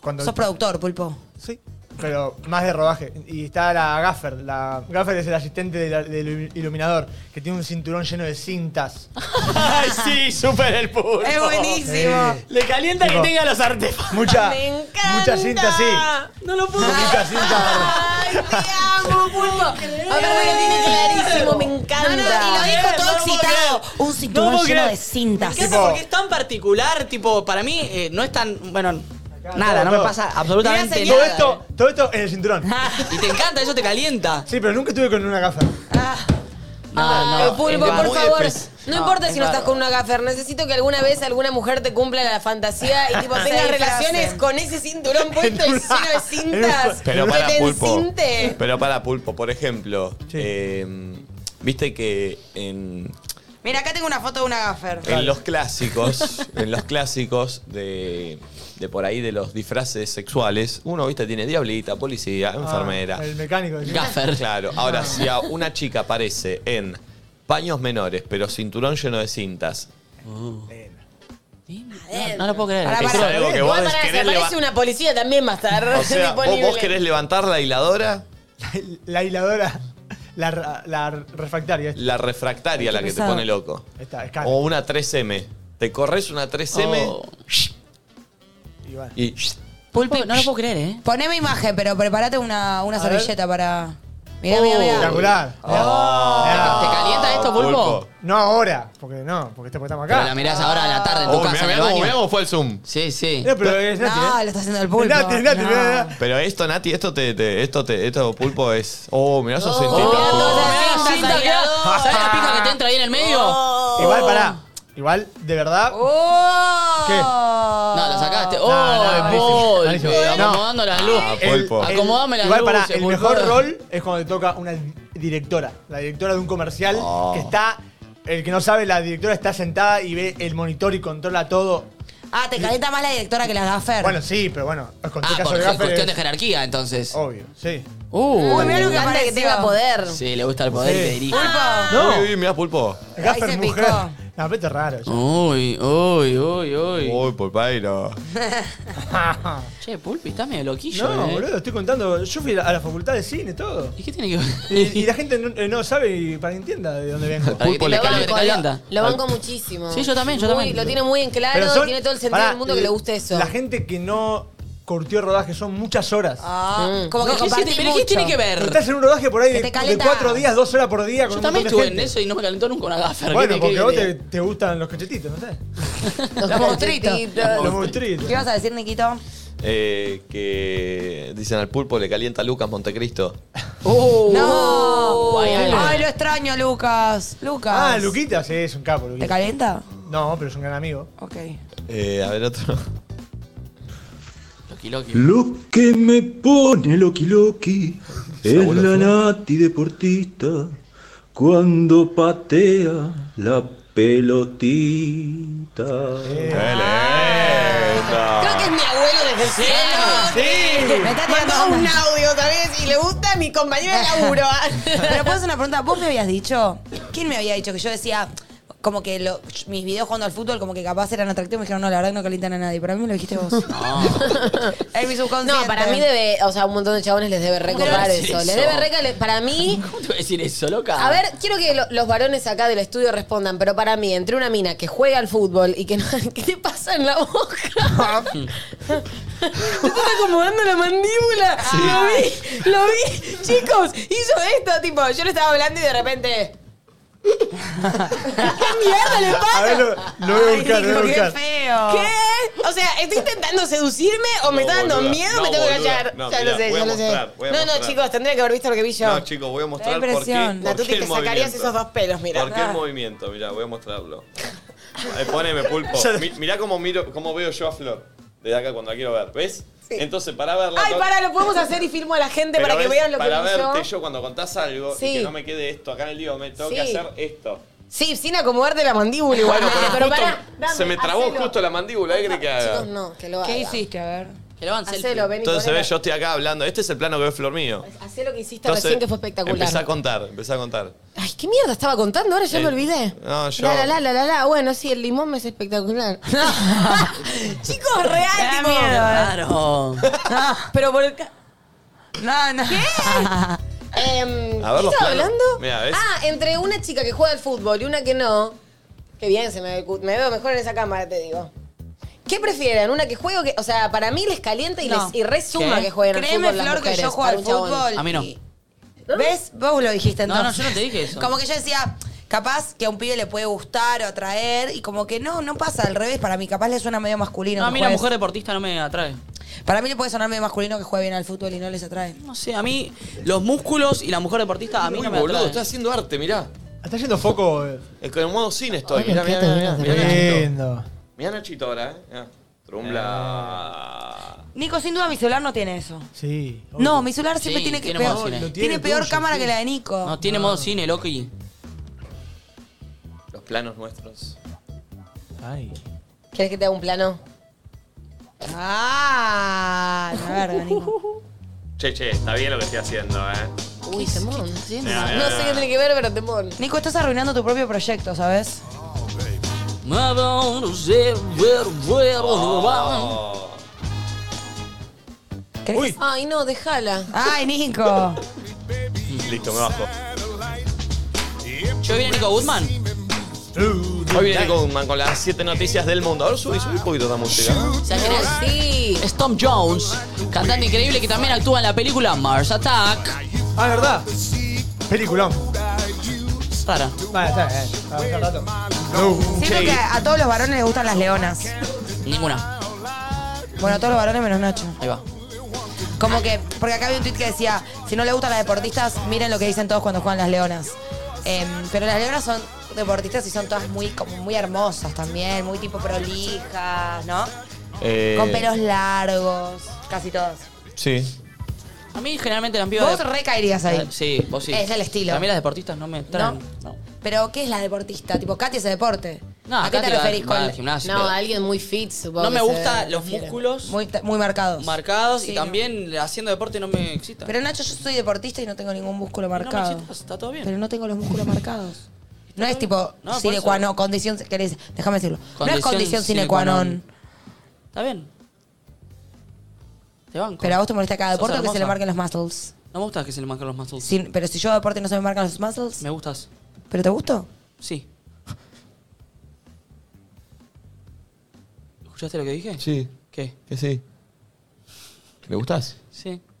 [SPEAKER 6] Cuando,
[SPEAKER 3] Sos productor, pulpo.
[SPEAKER 6] Sí. Pero más de rodaje. Y está la Gaffer. La Gaffer es el asistente de la- del iluminador, que tiene un cinturón lleno de cintas.
[SPEAKER 2] Ay, sí, súper el pulpo.
[SPEAKER 6] Es buenísimo.
[SPEAKER 2] Le calienta
[SPEAKER 6] Tipo,
[SPEAKER 2] que tenga los artefactos.
[SPEAKER 6] mucha-
[SPEAKER 2] Me encanta.
[SPEAKER 6] Muchas cintas, sí.
[SPEAKER 2] No lo puedo
[SPEAKER 6] Muchas cintas.
[SPEAKER 3] amo, pulpo. A ver,
[SPEAKER 4] lo tiene clarísimo, me
[SPEAKER 3] No, no,
[SPEAKER 4] encanta.
[SPEAKER 3] y lo dijo todo excitado. Un cinturón
[SPEAKER 2] puedo
[SPEAKER 3] lleno
[SPEAKER 2] creer.
[SPEAKER 3] de cintas.
[SPEAKER 2] Me encanta porque es tan particular, tipo, para mí eh, no es tan. Bueno, nada,
[SPEAKER 6] Todo,
[SPEAKER 2] no me
[SPEAKER 6] todo.
[SPEAKER 2] pasa absolutamente
[SPEAKER 6] Todo
[SPEAKER 2] nada.
[SPEAKER 6] esto, todo esto en el cinturón.
[SPEAKER 2] Y te encanta, eso te calienta.
[SPEAKER 6] Sí, pero nunca estuve con una Gaffer.
[SPEAKER 4] Ay, Pulpo,
[SPEAKER 6] es
[SPEAKER 4] por
[SPEAKER 6] muy
[SPEAKER 4] favor.
[SPEAKER 6] espe-
[SPEAKER 4] No,
[SPEAKER 6] No,
[SPEAKER 4] importa
[SPEAKER 6] es
[SPEAKER 4] si no estás
[SPEAKER 6] bárbaro.
[SPEAKER 4] con una gaffer. Necesito que alguna vez alguna mujer te cumpla la fantasía y tipo
[SPEAKER 3] Se
[SPEAKER 4] tengas
[SPEAKER 3] disfracen.
[SPEAKER 4] relaciones con ese cinturón puesto y
[SPEAKER 3] En
[SPEAKER 4] lleno
[SPEAKER 3] una-
[SPEAKER 4] de cintas.
[SPEAKER 1] Pero
[SPEAKER 4] que
[SPEAKER 1] para
[SPEAKER 4] te
[SPEAKER 1] pulpo.
[SPEAKER 4] encinte.
[SPEAKER 1] Pero para pulpo, por ejemplo. eh, Viste que en,
[SPEAKER 3] Mira, acá tengo una foto de una gaffer.
[SPEAKER 1] en los clásicos, en los clásicos de, de por ahí de los disfraces sexuales, uno, viste, tiene diablita, policía, Ah. enfermera.
[SPEAKER 6] El mecánico. ¿sí?
[SPEAKER 1] Claro, ahora si a una chica aparece en paños menores, pero cinturón lleno de cintas.
[SPEAKER 2] No lo puedo creer.
[SPEAKER 4] Pará,
[SPEAKER 1] Es
[SPEAKER 4] pará.
[SPEAKER 1] algo que vos
[SPEAKER 4] Igual, pará,
[SPEAKER 1] querés
[SPEAKER 4] si aparece
[SPEAKER 1] leva-
[SPEAKER 4] una policía también va a estar
[SPEAKER 1] O sea, vos,
[SPEAKER 4] disponible.
[SPEAKER 1] vos querés levantar la hiladora,
[SPEAKER 6] La hiladora. La, ra- la refractaria. esta.
[SPEAKER 1] la refractaria
[SPEAKER 6] Qué
[SPEAKER 1] la que te
[SPEAKER 6] pesado.
[SPEAKER 1] pone loco.
[SPEAKER 6] Esta, es cara.
[SPEAKER 1] O una 3M. Te corres una 3M
[SPEAKER 2] Oh.
[SPEAKER 6] Y bueno.
[SPEAKER 1] y
[SPEAKER 2] Pulpo, no lo puedo creer, ¿eh?
[SPEAKER 3] Poneme imagen, pero prepárate una, una
[SPEAKER 6] A
[SPEAKER 3] servilleta para. Mirá, mirá, mirá.
[SPEAKER 6] Espectacular.
[SPEAKER 1] Oh,
[SPEAKER 2] ¿Te calienta esto, Pulpo?
[SPEAKER 6] No ahora, porque no, porque estamos acá.
[SPEAKER 2] Pero la mirás ahora a la tarde en tu
[SPEAKER 1] Oh,
[SPEAKER 2] casa,
[SPEAKER 1] mirá,
[SPEAKER 2] en el
[SPEAKER 1] mirá cómo-
[SPEAKER 2] baño.
[SPEAKER 1] mirá cómo fue el Zoom.
[SPEAKER 2] Sí, sí.
[SPEAKER 6] No, pero es Nati,
[SPEAKER 3] No,
[SPEAKER 6] ¿eh?
[SPEAKER 3] lo está haciendo el pulpo.
[SPEAKER 6] Nati, Nati,
[SPEAKER 3] No.
[SPEAKER 6] mirá, mirá.
[SPEAKER 1] Pero esto, Nati, esto te, te- esto te, esto pulpo es. Oh, mirá esos cintitas.
[SPEAKER 2] Cinta, mirá. ¿Sabés la pija que te entra ahí en el medio?
[SPEAKER 6] Igual, pará. Igual, de verdad.
[SPEAKER 2] Oh.
[SPEAKER 3] Oh.
[SPEAKER 6] ¿Qué?
[SPEAKER 2] No, la sacaste. ¡Oh,
[SPEAKER 6] no,
[SPEAKER 2] el
[SPEAKER 6] malísimo,
[SPEAKER 2] Pulpo!
[SPEAKER 6] malísimo. No. Ah,
[SPEAKER 2] Acomodando las luces.
[SPEAKER 6] El- el-
[SPEAKER 2] Acomodame las
[SPEAKER 6] igual,
[SPEAKER 2] luces,
[SPEAKER 6] pará, el
[SPEAKER 2] Pulpo.
[SPEAKER 6] mejor rol es cuando te toca una directora. La directora de un comercial que está. El que no sabe, la directora está sentada y ve el monitor y controla todo.
[SPEAKER 3] Ah, te calienta más la directora que la gaffer.
[SPEAKER 6] Bueno, sí, pero bueno. Con
[SPEAKER 2] Ah,
[SPEAKER 6] este caso
[SPEAKER 2] por
[SPEAKER 6] de Gaffer
[SPEAKER 2] cuestión de
[SPEAKER 6] es- Oh.
[SPEAKER 2] jerarquía, entonces.
[SPEAKER 6] Obvio, sí.
[SPEAKER 2] Uh.
[SPEAKER 3] Uy, mirá lo que
[SPEAKER 4] Anda que
[SPEAKER 3] apareció.
[SPEAKER 4] tenga poder.
[SPEAKER 2] Sí, le gusta el poder y te dirige.
[SPEAKER 6] No.
[SPEAKER 1] Uy, uy, mirá pulpo.
[SPEAKER 6] Gaffer
[SPEAKER 3] se
[SPEAKER 6] mujer.
[SPEAKER 3] picó.
[SPEAKER 6] No, vete raro.
[SPEAKER 2] Uy, uy, uy, uy.
[SPEAKER 6] Oh.
[SPEAKER 1] Uy, pulpairo.
[SPEAKER 2] Che, Pulpi, estás medio loquillo,
[SPEAKER 6] No,
[SPEAKER 2] eh.
[SPEAKER 6] boludo, estoy contando. Yo fui a la- a la facultad de cine, todo.
[SPEAKER 2] ¿Y qué tiene que ver?
[SPEAKER 6] Y, y la gente no, eh, no sabe y para que entienda de dónde vengo.
[SPEAKER 2] Para que te-
[SPEAKER 4] Lo
[SPEAKER 2] para que te
[SPEAKER 4] banco,
[SPEAKER 2] calienta.
[SPEAKER 4] lo, lo banco muchísimo.
[SPEAKER 2] Sí, yo también, yo
[SPEAKER 4] Muy-
[SPEAKER 2] también.
[SPEAKER 4] Lo tiene muy en claro,
[SPEAKER 6] Pero son-
[SPEAKER 4] tiene todo el sentido
[SPEAKER 6] pará,
[SPEAKER 4] del mundo que le guste eso.
[SPEAKER 6] La gente que no curtió rodaje son muchas horas.
[SPEAKER 3] Ah, como que
[SPEAKER 2] Mm. No, ¿qué
[SPEAKER 3] compartí
[SPEAKER 2] siete- pero
[SPEAKER 3] mucho.
[SPEAKER 2] ¿qué tiene que ver?
[SPEAKER 6] Pero Estás en un rodaje por ahí
[SPEAKER 3] Que
[SPEAKER 6] de,
[SPEAKER 3] te
[SPEAKER 6] de
[SPEAKER 3] calenta.
[SPEAKER 6] cuatro días, dos horas por día. Con
[SPEAKER 2] Yo
[SPEAKER 6] un
[SPEAKER 2] también estuve
[SPEAKER 6] montón
[SPEAKER 2] en
[SPEAKER 6] de gente.
[SPEAKER 2] eso y no me calentó nunca una gaffer. ¿qué
[SPEAKER 6] Bueno,
[SPEAKER 2] te-
[SPEAKER 6] porque
[SPEAKER 2] qué
[SPEAKER 6] a vos te,
[SPEAKER 2] querés?
[SPEAKER 6] te gustan los cachetitos, no sé.
[SPEAKER 3] Los monstruitos.
[SPEAKER 6] Los
[SPEAKER 3] ¿Qué
[SPEAKER 6] monstruitos.
[SPEAKER 3] vas a decir, Niquito?
[SPEAKER 1] Eh, que dicen al pulpo le calienta Lucas Montecristo.
[SPEAKER 6] Oh.
[SPEAKER 3] No.
[SPEAKER 2] Uh, Ay, ay, ay.
[SPEAKER 3] Ay, lo extraño, Lucas. Lucas.
[SPEAKER 6] Ah, Luquita, sí, es un capo,
[SPEAKER 3] ¿Te
[SPEAKER 6] Luquita.
[SPEAKER 3] calienta?
[SPEAKER 6] No, pero es un gran amigo.
[SPEAKER 3] Ok.
[SPEAKER 1] Eh, a ver otro.
[SPEAKER 2] Loki, Loki.
[SPEAKER 20] Lo que me pone Loki Loki es la Nati deportista cuando patea la pelotita.
[SPEAKER 4] Creo que es mi abuelo desde
[SPEAKER 2] Sí,
[SPEAKER 4] siempre.
[SPEAKER 3] Me está tirando
[SPEAKER 4] Mandó
[SPEAKER 3] onda.
[SPEAKER 4] un audio otra vez y le gusta a mi compañero de laburo.
[SPEAKER 3] Pero puedo hacer una pregunta. ¿Vos me habías dicho? ¿Quién me había dicho que yo decía.? Como que lo- mis videos jugando al fútbol, como que capaz eran atractivos, me dijeron, no, la verdad que no calientan a nadie. Pero a mí me lo dijiste vos. Es mi subconsciente.
[SPEAKER 4] No, para mí debe, o sea, un montón de chabones les debe recobrar
[SPEAKER 2] le decís
[SPEAKER 4] eso. Les
[SPEAKER 2] eso?
[SPEAKER 4] debe recobrar, para mí,
[SPEAKER 2] ¿Cómo te voy a decir eso, loca?
[SPEAKER 4] a ver, quiero que lo- los varones acá del estudio respondan, pero para mí, entre una mina que juega al fútbol y que no, ¿qué te pasa en la boca? te estás acomodando la mandíbula. Lo vi, lo vi. Chicos, hizo esto, tipo, yo le estaba hablando y de repente... ¿Qué mierda le pasa?
[SPEAKER 6] A ver, lo, lo voy a buscar, lo voy a buscar.
[SPEAKER 3] feo.
[SPEAKER 4] ¿Qué? O sea, ¿estoy intentando seducirme o
[SPEAKER 1] No,
[SPEAKER 4] me está dando
[SPEAKER 1] boluda.
[SPEAKER 4] miedo o
[SPEAKER 1] No,
[SPEAKER 4] me tengo que
[SPEAKER 1] boluda.
[SPEAKER 4] callar?
[SPEAKER 1] No,
[SPEAKER 4] ya
[SPEAKER 1] mirá,
[SPEAKER 4] lo sé,
[SPEAKER 1] voy a
[SPEAKER 4] ya lo sé.
[SPEAKER 1] mostrar, voy a
[SPEAKER 4] no, no,
[SPEAKER 1] mostrar.
[SPEAKER 4] chicos, tendría que haber visto lo que vi yo.
[SPEAKER 1] No, chicos, voy a mostrar
[SPEAKER 3] Da
[SPEAKER 1] por qué.
[SPEAKER 3] impresión.
[SPEAKER 1] por
[SPEAKER 4] Natuti,
[SPEAKER 1] qué el
[SPEAKER 4] te sacarías
[SPEAKER 1] movimiento.
[SPEAKER 4] esos dos pelos, mirá.
[SPEAKER 1] ¿Por qué
[SPEAKER 4] Ah.
[SPEAKER 1] el movimiento? Mirá, voy a mostrarlo. Eh, poneme pulpo. Mi- mirá cómo, miro, cómo veo yo a Flor. desde acá cuando la quiero ver. ¿Ves? Entonces, para verla.
[SPEAKER 21] Ay,
[SPEAKER 1] to-
[SPEAKER 21] para, lo podemos hacer y filmo a la gente
[SPEAKER 1] Pero
[SPEAKER 21] para que
[SPEAKER 1] ves,
[SPEAKER 21] vean lo que
[SPEAKER 1] Para
[SPEAKER 21] hizo.
[SPEAKER 1] verte, yo cuando contás algo y
[SPEAKER 21] Sí.
[SPEAKER 1] que no me quede esto acá en el lío, me tengo que
[SPEAKER 21] Sí.
[SPEAKER 1] hacer esto.
[SPEAKER 21] Sí, sin acomodarte la mandíbula igual.
[SPEAKER 1] Bueno, pero
[SPEAKER 21] pero
[SPEAKER 1] justo
[SPEAKER 21] pará, dame,
[SPEAKER 1] se me trabó
[SPEAKER 21] hacelo.
[SPEAKER 1] justo la mandíbula, ¿eh? ¿Cree que haga?
[SPEAKER 4] Chicos, no, que lo haga.
[SPEAKER 3] ¿Qué hiciste? A ver.
[SPEAKER 4] Que lo hagan Hacelo, ven y
[SPEAKER 1] Entonces,
[SPEAKER 4] ponelo.
[SPEAKER 1] ves, yo estoy acá hablando. Este es el plano que ve Flor mío.
[SPEAKER 4] Hacé lo que hiciste
[SPEAKER 1] Entonces,
[SPEAKER 4] recién que fue espectacular.
[SPEAKER 1] Empecé a contar, empecé a contar.
[SPEAKER 4] Ay, ¿qué mierda estaba contando? Ahora ya
[SPEAKER 1] Eh,
[SPEAKER 4] me olvidé.
[SPEAKER 1] No, yo.
[SPEAKER 4] La, la, la, la, la, la. Bueno, sí, el limón me es espectacular. Chicos, real, tipo.
[SPEAKER 2] Claro.
[SPEAKER 21] Pero por el...
[SPEAKER 3] No, no.
[SPEAKER 4] ¿Qué? Em,
[SPEAKER 1] A ver
[SPEAKER 4] ¿Qué
[SPEAKER 1] los
[SPEAKER 4] estaba
[SPEAKER 1] planos.
[SPEAKER 4] hablando?
[SPEAKER 1] Mirá, ¿ves?
[SPEAKER 4] Ah, entre una chica que juega al fútbol y una que no. Qué bien, se me, ve el cu- me veo mejor en esa cámara, te digo. ¿Qué prefieren? ¿Una que juegue o que.? O sea, para mí les calienta y,
[SPEAKER 3] No.
[SPEAKER 4] les, y re suma
[SPEAKER 3] ¿Qué?
[SPEAKER 4] que jueguen al
[SPEAKER 3] Créeme,
[SPEAKER 4] fútbol. las
[SPEAKER 3] Flor, que
[SPEAKER 4] mujeres,
[SPEAKER 3] yo juego
[SPEAKER 4] para
[SPEAKER 3] al
[SPEAKER 4] un chabón.
[SPEAKER 3] fútbol
[SPEAKER 2] A mí no.
[SPEAKER 3] ¿Ves? Vos lo dijiste
[SPEAKER 2] No, no,
[SPEAKER 3] entonces.
[SPEAKER 2] yo no te dije eso.
[SPEAKER 3] Como que yo decía, capaz que a un pibe le puede gustar o atraer, y como que no, no pasa al revés. Para mí, capaz le suena medio masculino.
[SPEAKER 2] No, a
[SPEAKER 3] que
[SPEAKER 2] mí la
[SPEAKER 3] juegues-
[SPEAKER 2] mujer deportista no me atrae.
[SPEAKER 3] Para mí le puede sonar medio masculino que juegue bien al fútbol y no les atrae.
[SPEAKER 2] No sé, a mí los músculos y la mujer deportista a mí
[SPEAKER 1] Uy,
[SPEAKER 2] no me
[SPEAKER 1] boludo,
[SPEAKER 2] atraen.
[SPEAKER 1] está haciendo arte, mirá.
[SPEAKER 6] Está yendo foco.
[SPEAKER 1] Eh, Con el modo cine estoy.
[SPEAKER 6] Ay,
[SPEAKER 1] Mirá,
[SPEAKER 6] los
[SPEAKER 1] mirá,
[SPEAKER 6] platos
[SPEAKER 1] mirá,
[SPEAKER 6] de
[SPEAKER 1] mirá,
[SPEAKER 6] los
[SPEAKER 1] Nachito.
[SPEAKER 6] Lindo.
[SPEAKER 1] Mirá Nachito ahora, eh. Mirá. Trumbla.
[SPEAKER 3] Nico, sin duda mi celular no tiene eso.
[SPEAKER 6] Sí.
[SPEAKER 3] No, mi celular siempre
[SPEAKER 2] Sí,
[SPEAKER 3] tiene que
[SPEAKER 2] tiene
[SPEAKER 3] peor.
[SPEAKER 2] modo cine. Lo
[SPEAKER 3] Tiene,
[SPEAKER 2] tiene
[SPEAKER 3] peor
[SPEAKER 2] tuyo,
[SPEAKER 3] cámara
[SPEAKER 2] sí.
[SPEAKER 3] que la de Nico.
[SPEAKER 2] No, tiene modo cine, Loki.
[SPEAKER 1] Los planos nuestros.
[SPEAKER 6] Ay.
[SPEAKER 4] ¿Quieres que te haga un plano?
[SPEAKER 3] Ah, la verga, Nico.
[SPEAKER 1] Che, che, está bien lo que estoy haciendo, eh.
[SPEAKER 4] Uy, temón.
[SPEAKER 1] Mirá, mirá,
[SPEAKER 4] No sé qué
[SPEAKER 1] mirá.
[SPEAKER 4] tiene que ver, pero temón.
[SPEAKER 3] Nico, estás arruinando tu propio proyecto, ¿sabes?
[SPEAKER 1] Oh.
[SPEAKER 4] Ay, no, déjala.
[SPEAKER 3] Ay, Nico.
[SPEAKER 1] Listo, me bajo.
[SPEAKER 2] Yo viene Nico Guzmán.
[SPEAKER 1] Hoy viene Nico Goodman con las 7 noticias del mundo. Ahora subí, subí un poquito esta música. ¿no?
[SPEAKER 2] ¿Sabes quién es? Es Tom Jones, cantante increíble que también actúa en la película Mars Attack.
[SPEAKER 6] Ah, ¿verdad? Peliculón.
[SPEAKER 2] Para.
[SPEAKER 6] Vale, está bien. está bien, está bien.
[SPEAKER 3] Siento
[SPEAKER 6] Sí.
[SPEAKER 3] que a todos los varones les gustan las leonas.
[SPEAKER 2] Ninguna.
[SPEAKER 3] Bueno, a todos los varones menos Nacho.
[SPEAKER 2] Ahí va.
[SPEAKER 3] Como que, porque acá había un tweet que decía, si no le gustan las deportistas, miren lo que dicen todos cuando juegan las leonas. Em, pero las leonas son deportistas y son todas muy, como muy hermosas también, muy tipo prolijas, ¿no?
[SPEAKER 1] Eh,
[SPEAKER 3] Con pelos largos, casi todas.
[SPEAKER 1] Sí.
[SPEAKER 2] A mí generalmente las pibas.
[SPEAKER 3] Vos recaerías ahí.
[SPEAKER 2] Eh, Sí, vos sí.
[SPEAKER 3] Es el estilo.
[SPEAKER 2] A mí las deportistas no me atraen. No.
[SPEAKER 3] Pero, ¿qué es la deportista? Tipo, Katy hace deporte.
[SPEAKER 2] No,
[SPEAKER 3] ¿A qué te
[SPEAKER 2] Katy va-
[SPEAKER 3] referís
[SPEAKER 2] va
[SPEAKER 3] con-
[SPEAKER 2] al gimnasio,
[SPEAKER 4] No,
[SPEAKER 2] pero-
[SPEAKER 4] alguien muy fit, supongo.
[SPEAKER 2] No me
[SPEAKER 4] que se
[SPEAKER 2] gustan los
[SPEAKER 4] refiere.
[SPEAKER 2] músculos
[SPEAKER 3] Muy, muy marcados.
[SPEAKER 2] marcados
[SPEAKER 3] Sí,
[SPEAKER 2] y
[SPEAKER 3] no.
[SPEAKER 2] también haciendo deporte no me excita.
[SPEAKER 3] Pero Nacho, yo soy deportista y no tengo ningún músculo marcado.
[SPEAKER 2] excitas, está todo bien.
[SPEAKER 3] Pero no tengo los músculos marcados. No es tipo
[SPEAKER 2] No, por
[SPEAKER 3] sine
[SPEAKER 2] eso.
[SPEAKER 3] qua non, condición, ¿qué le dice? Déjame decirlo. no
[SPEAKER 2] Condición
[SPEAKER 3] es condición sine
[SPEAKER 2] sine
[SPEAKER 3] qua
[SPEAKER 2] qua
[SPEAKER 3] non.
[SPEAKER 2] Está bien. Te banco.
[SPEAKER 3] Pero a vos te molesta cada
[SPEAKER 2] Sos
[SPEAKER 3] deporte o que se le
[SPEAKER 2] hermosa.
[SPEAKER 3] marquen los muscles.
[SPEAKER 2] No me gusta que se le marquen los muscles.
[SPEAKER 3] Sin- pero si yo hago deporte y no se me marcan los muscles.
[SPEAKER 2] Me gustas.
[SPEAKER 3] ¿Pero te gustó?
[SPEAKER 2] Sí. ¿Escuchaste lo que dije?
[SPEAKER 1] Sí.
[SPEAKER 2] ¿Qué?
[SPEAKER 1] Que sí. ¿Le gustás?
[SPEAKER 2] Sí.